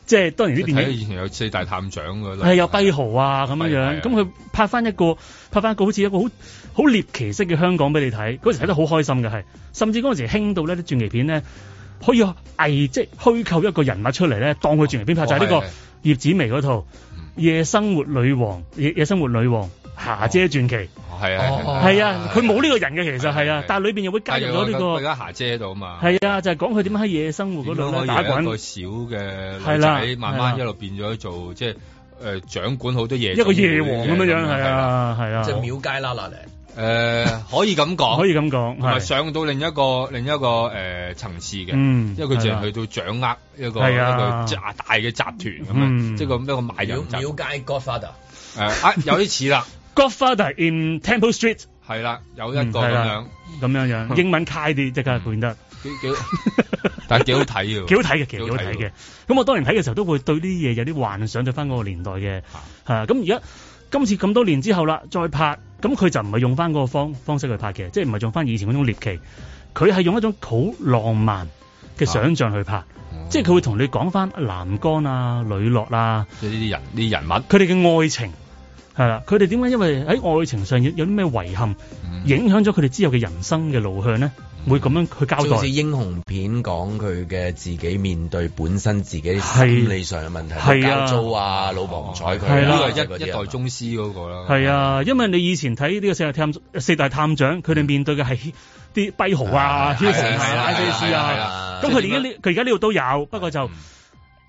即係當然啲睇電到影。以前有四大探長㗎啦，係有跛豪啊咁係啊係啊樣樣，咁佢拍翻一個拍翻一個好似一個好好獵奇式嘅香港俾你睇，嗰時睇得好開心嘅係，甚至嗰陣時興到呢啲傳記片咧，可以偽即係虛構一個人物出嚟咧，當佢傳記片拍就係呢哦係嗯個係葉子楣嗰套《夜生活女王》夜夜生活女王霞姐傳奇，係啊係啊係啊，佢冇呢個人嘅其實係啊，但係裏邊又會加入咗呢但係有佢個而家霞姐喺度啊嘛，係啊，就係講佢點樣喺夜生活嗰度咧點打樣可以有一滾個。小嘅係女啦仔，慢係啦慢一路變咗做即係誒掌管好多嘢，一個夜王咁樣樣係係啦，啊係啊，即係廟街啦啦咧，誒可以咁講，可以咁講同埋係。上到另一個另一個誒層次嘅，嗯因為佢係淨啦係去到掌握一個一係個啊集大嘅集團咁樣，嗯即係咁一個賣廟淫集廟街 Godfather。誒啊有啲似啦， Godfather in Temple Street 係啦，有一嗯個係咁啦樣嗯咁樣樣，英文 high 啲即刻變得，幾幾，但係幾好睇嘅喎， [laughs] 幾好睇嘅，其實幾好睇睇嘅嘅。咁我當年睇嘅時候都會對呢啲嘢有啲幻想，對翻嗰個年代嘅啊嚇。咁而家今次咁多年之後啦，再拍，咁佢就唔係用翻嗰個方方式去拍嘅，即係唔係用翻以前嗰種獵奇，佢係用一種好浪漫嘅啊想像去拍，哦即係佢會同你講翻欄杆啊、磊落啊。即係呢啲人啲人物。佢哋嘅愛情。係啦，佢哋點解因為喺愛情上有有啲咩遺憾，嗯影響咗佢哋之後嘅人生嘅路向咧？會咁樣去交就好代似。英雄片講佢嘅自己面對本身自己心理上嘅問題，係交啊租啊、老婆唔睬佢係啦啊，呢個一一代宗師嗰個啦係啊，因為你以前睇呢個四大探四大探長，佢哋面對嘅係啲跛豪嗯啊、係係 Hilton 啊、係 ICC 係係啊，咁即係佢哋而家呢佢而家呢度都有，不過就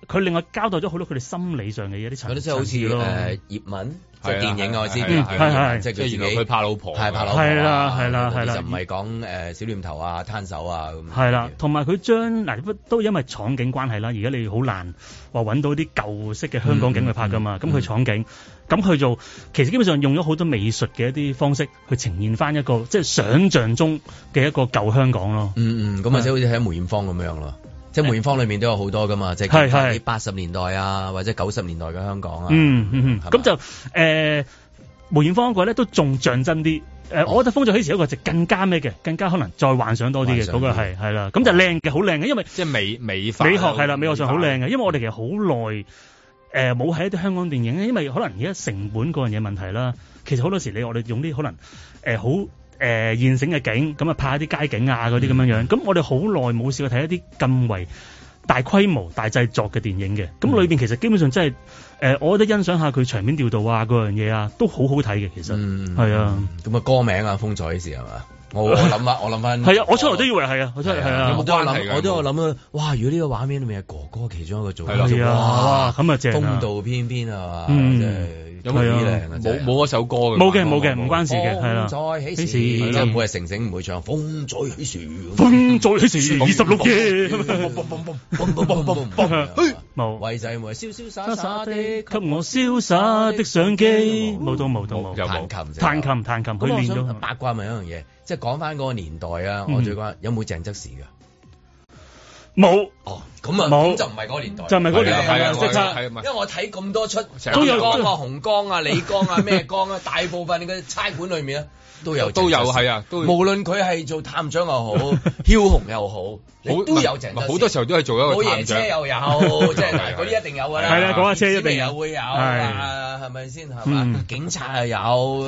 佢另外交代咗好多佢哋心理上嘅嘢啲嗰層啲真係好似層次咯。誒葉問，即係呃係啊電影啊我知係叫啊葉係啊係啊問，即係佢自己即係原來佢怕老婆係怕老婆啊，係啦係啦嗰啲係啦就唔係講誒小念頭啊、攤手啊咁。係啦，同埋佢將嗱不都因為廠景關係啦，而家你好難話揾到啲舊式嘅香港景去拍噶嘛，咁佢廠景，咁佢就其實基本上用咗好多美術嘅一啲方式去呈現翻一個即係想像中嘅一個舊香港咯。嗯嗯，咁或者好似喺梅艷芳咁樣咯。即係梅艷芳裏面都有好多噶嘛，即係係係講啲八十年代啊，或者九十年代嘅香港啊。嗯嗯嗯，係嘛咁就誒、呃梅艷芳嗰個咧都仲象真啲。誒、嗯我覺得《風再起時》嗰個就更加咩嘅，更加可能再幻想多啲嘅，幻想嗰啲哦個係係啦，咁就靚嘅，好靚嘅，因為即係美美化美學係啦，美學上好靚嘅。嘅，因為我哋其實好耐誒呃冇喺一啲香港電影，因為可能而家成本嗰樣嘢問題啦。其實好多時你我哋用啲可能誒好誒現成嘅景，咁啊拍一啲街景啊嗰啲咁樣嗯樣。咁我哋好耐冇試過睇一啲咁為大規模、大製作嘅電影嘅。咁裏邊其實基本上真係誒、呃我覺得欣賞下佢場面調度啊嗰樣嘢啊，都好好睇嘅。其實係啊，咁啊歌名啊，風在起時係嘛？我我諗翻，我諗翻係啊，我出嚟都以為係啊，我出嚟係啊，我都有諗，我都有諗啊！哇，如果呢個畫面裏面係哥哥其中一個做，係啦係啊哇咁啊正啊風度翩翩啊，真嗯係有冇幾靚啊真冇係冇嗰首歌嘅？冇嘅冇嘅唔關事嘅係啦風再起時，起時即係唔會係成成唔會唱風再起時，風再起時二十六夜。冇偉仔冇瀟瀟灑灑的。給我瀟灑的相機，冇到冇到冇，彈琴啫彈琴彈琴，佢咁我練想咗。八卦咪一樣嘢，即係講翻嗰個年代啊！嗯我最關有冇鄭則仕㗎？冇哦，咁啊，冇咁就唔係嗰個年代，就唔係嗰個年代係啊即刻係啊因為我睇咁多出都有江啊、紅江啊、李江啊、咩江啊，大部分嘅差館裏面咧都有鄭則仕都有係啊都無論佢係做探長又好， [laughs] 梟雄又好，你都有鄭則仕好多時候都係做一個冇探爺長車又 [laughs] 有，即係嗱嗰啲一定有㗎啦。係啦嗰架車一定有有會有係啊，係咪先係嘛嗯？警察又有，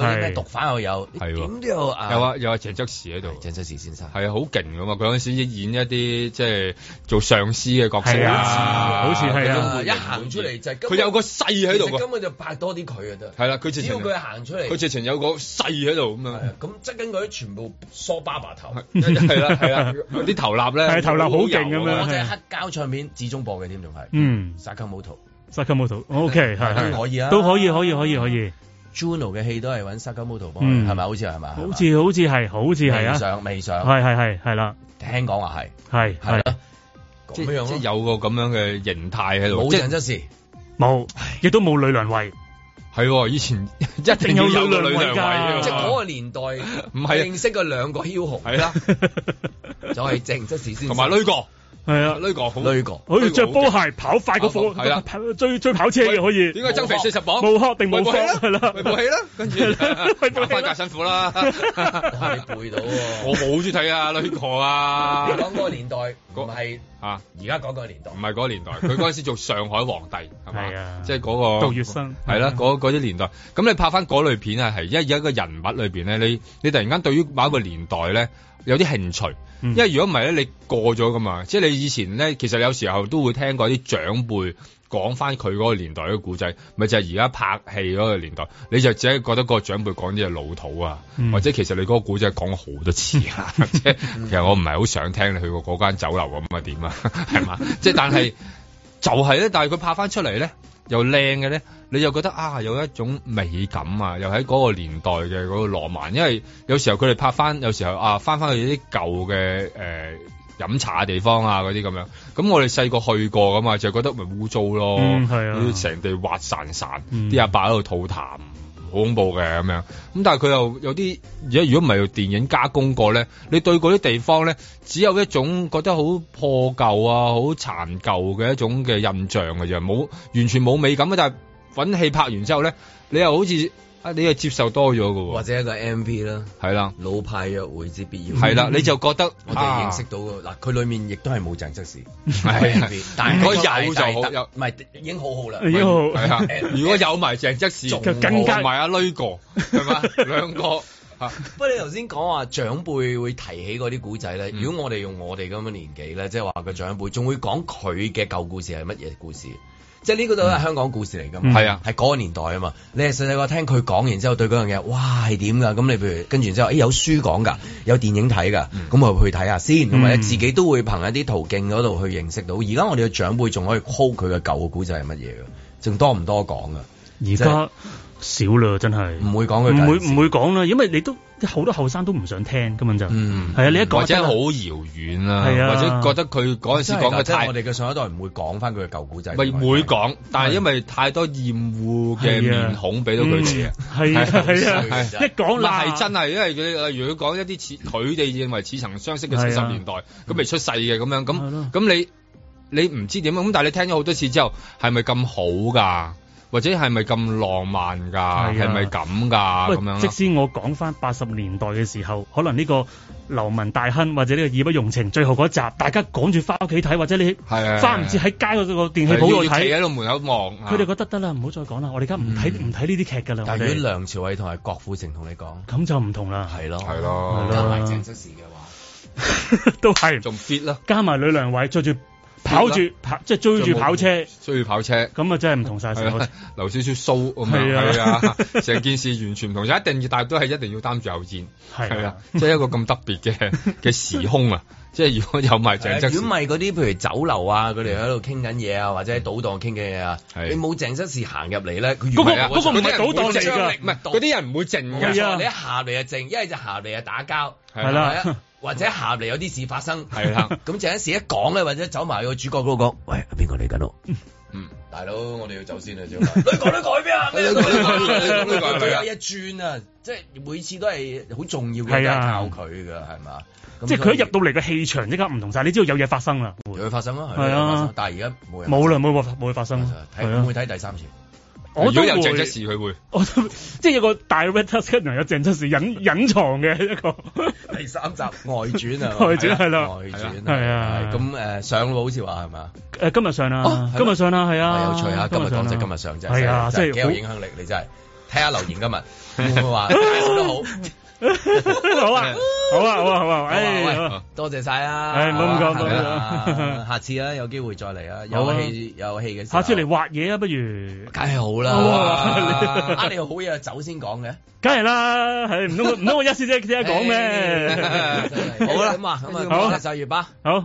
係咩毒販又有，係喎點都有啊。有啊，有啊，鄭則仕喺度，鄭則仕先生係啊，好勁噶嘛！佢嗰陣時演一啲即係做上司嘅角色係啊，啊好似係佢啊都會一行出嚟就係佢根本有個勢喺度其實根㗎，本就拍多啲佢就得。係啦佢直只情要佢行出嚟，啊佢直情有個勢喺度咁樣，啊咁側跟嗰啲全部梳巴白頭，係啦係啦，啲頭蠟咧，係頭蠟好勁咁樣我係隻黑膠唱片始終播嘅添，仲係嗯薩卡姆圖。薩卡姆 [laughs] 圖，OK 係係都可以啊都可以可以可以可以， Juno 嘅戲都係揾 Sakamoto 幫佢，嗯係咪？好似係嘛？好似好似係好似係啊，未上未上啊係係係係啦，聽講話係係係係啦即咁樣即咯，有個咁樣嘅形態喺度，冇即鄭則仕。冇，亦都冇呂良偉，係喎以前一定要有個女良位，即係嗰個年代唔啊係啊認識嘅兩個梟雄， [laughs] 係啦，啊就係鄭則仕先生同埋呢個。係啊，呢個好，呢個好似着波鞋跑快哦跑個火，啊步係啦跑追追跑車嘅可以。點解增肥40磅冇殼定冇喂部戲啦殼啊係啦，喂部戲啦跟住啊喂部打戲翻架啦。辛苦啦， [laughs] 你背到 [laughs] 喎。我好中意睇啊呢個啊，講嗰個年代唔係啊，而家講嗰個年代唔。係嗰個年代，佢嗰陣時做上海皇帝係係嘛啊，即係嗰個杜月笙係啦，嗰嗰啲年代。咁你拍翻嗰類片啊，係因為有一個人物裏邊咧，你你突然間對於某一個年代咧有啲興趣，嗯因為如果唔係咧，你過咗噶嘛。即係你以前咧，其實有時候都會聽過啲長輩。講翻佢嗰個年代嘅故仔，咪就係而家拍戲嗰個年代，你就只係覺得個長輩講啲嘢老土啊，嗯或者其實你嗰個故仔講過好多次啊，即係其實我唔係好想聽你去過嗰間酒樓咁啊點啊， [laughs] 係嘛？即係但係就係咧，但係佢拍翻出嚟咧又靚嘅咧，你又覺得啊有一種美感啊，又喺嗰個年代嘅嗰個浪漫，因為有時候佢哋拍翻，有時候啊翻翻去啲舊嘅誒。呃飲茶嘅地方啊，嗰啲咁樣，咁我哋細個去過噶嘛，就覺得咪污糟咯，嗯係啊成地滑潺潺，嗯啲阿伯喺度吐痰，好恐怖嘅咁樣。咁但係佢又有啲，而家如果唔係用電影加工過咧，你對嗰啲地方咧，只有一種覺得好破舊啊、好殘舊嘅一種嘅印象嘅啫，冇完全冇美感啊。但係揾戲拍完之後咧，你又好似啊，你係接受多咗嘅喎，或者一個 MV 啦，係啦，老派約會之必要，係啦，你就覺得啊我哋認識到嘅嗱，佢裡面亦都係冇鄭則仕，係啊 MV 但係如果有就好但係有唔係已經好好啦，哎已經好係啊 [laughs] 誒如果有埋鄭則仕，仲更加同埋阿呢個係嘛兩個。啊不過你頭先講話長輩會提起嗰啲古仔咧，嗯如果我哋用我哋咁嘅年紀咧，即係話個長輩仲會講佢嘅舊故事係乜嘢故事，即係呢個都係香港故事嚟㗎嘛，嗯嗯係啊，係嗰個年代啊嘛。你係細細個聽佢講，然之後對嗰樣嘢，哇係點㗎？咁你譬如跟住然之後，誒有書講㗎，有電影睇㗎，咁我去睇下先，咁或者嗯自己都會憑一啲途徑嗰度去認識到。而家我哋嘅長輩仲可以 hold 佢嘅舊嘅古仔係乜嘢㗎，仲多唔多講㗎？而家少啦，真係唔會講佢唔舊會嘅事唔會講啦，因為你都好多後生都唔想聽根本就，嗯係啊，你一講或者真係好遙遠啦，係啊或者覺得佢嗰陣時講嘅真太係㗎即係我哋嘅上一代唔會講翻佢嘅舊古仔。咪會講，但係因為太多厭惡嘅面孔俾到佢哋啊，係啊係啊好衰一講唔嗱係真係，因為佢例如佢講一啲似佢哋認為似曾相識嘅四係十啊年代，咁未出世嘅咁樣，咁咁你你唔知點樣，咁但係你聽咗好多次之後，係咪咁好㗎？或者係咪咁浪漫㗎？係咪咁㗎？喂啊咁樣即啦使我講翻八十年代嘅時候，可能呢個流民大亨或者呢個義不容情最後嗰集，大家趕住翻屋企睇，或者你係翻唔切喺街嗰個電器鋪度要企喺睇，度門口望啊，嗯佢哋覺得得啦，唔好再講啦，我哋而家唔睇唔睇呢啲劇㗎啦，但我係哋如果梁朝偉同埋郭富城同你講，咁就唔同啦，係咯，係咯加埋鄭則仕嘅話， [laughs] 都係仲 fit 啦，加埋呂良偉着住跑住跑，即係追住跑車，追住跑車，咁啊真係唔同晒成個係啊留少少須咁樣，係係啊啊，成件事完全唔同，一定要，但係都係一定要擔住有箭，係啊係啊，即係一個咁特別嘅嘅時空啊，即係如果有埋鄭則如仕果唔係嗰啲譬如酒樓啊，佢哋喺度傾緊嘢啊，或者喺賭檔傾緊嘢啊，你冇鄭則仕行入嚟咧，佢嗰個嗰個唔係賭檔嚟㗎唔係嗰啲人唔會靜㗎。㗎係啊你一下嚟就靜，一係就下嚟就打交，係啦 [laughs] 係啊。或者下嚟有啲事發生，係啦 [laughs] 咁鄭則仕一講咧，或者走埋去個主角嗰度講，喂，邊個 [laughs] 嚟緊咯？嗯，大佬，我哋要走先啦，小女講女改邊 [laughs] 啊？咩女講女改咩女講女改一轉啊，即係每次都係好重要嘅，都係係啊靠佢㗎，係嘛？咁即係所佢以一入到嚟嘅氣場即刻唔同晒，你知道有嘢發生啦，有嘢發生啦，係有嘢發啊生，但係而家冇人冇啦冇冇冇嘢發生，睇係會唔啊會。睇第三次？我都如果有鄭會則仕佢會。我都即係有個 director 可能有鄭則仕隱隱藏嘅 [laughs] 一個第三集外傳啊， [laughs] 外傳係啦外傳係啊咁誒上路好似話係嘛？誒今日上啦哦，今日上啦，係啊，有趣啊！今日講即係今日上真係係啊，即真係幾有係影響力，你真係睇下留言今 [laughs] 日會唔會話 [laughs] 介紹得好？好好啊，好 [laughs] 啊，好啊，好啊，喂誒，多謝晒啊！誒唔好咁講係唔好咁啊 [laughs] 講下次啦，有機會再嚟啊！好啊有戲有戲嘅時候下次嚟畫嘢啊，不如，梗係好哇啦！ [laughs] 啊，你好嘢走先講嘅。梗係啦，係 [laughs] 唔通我唔通我一時啫，即刻講咩？哎好啦，咁啊，咁啊，好多謝晒月巴。好。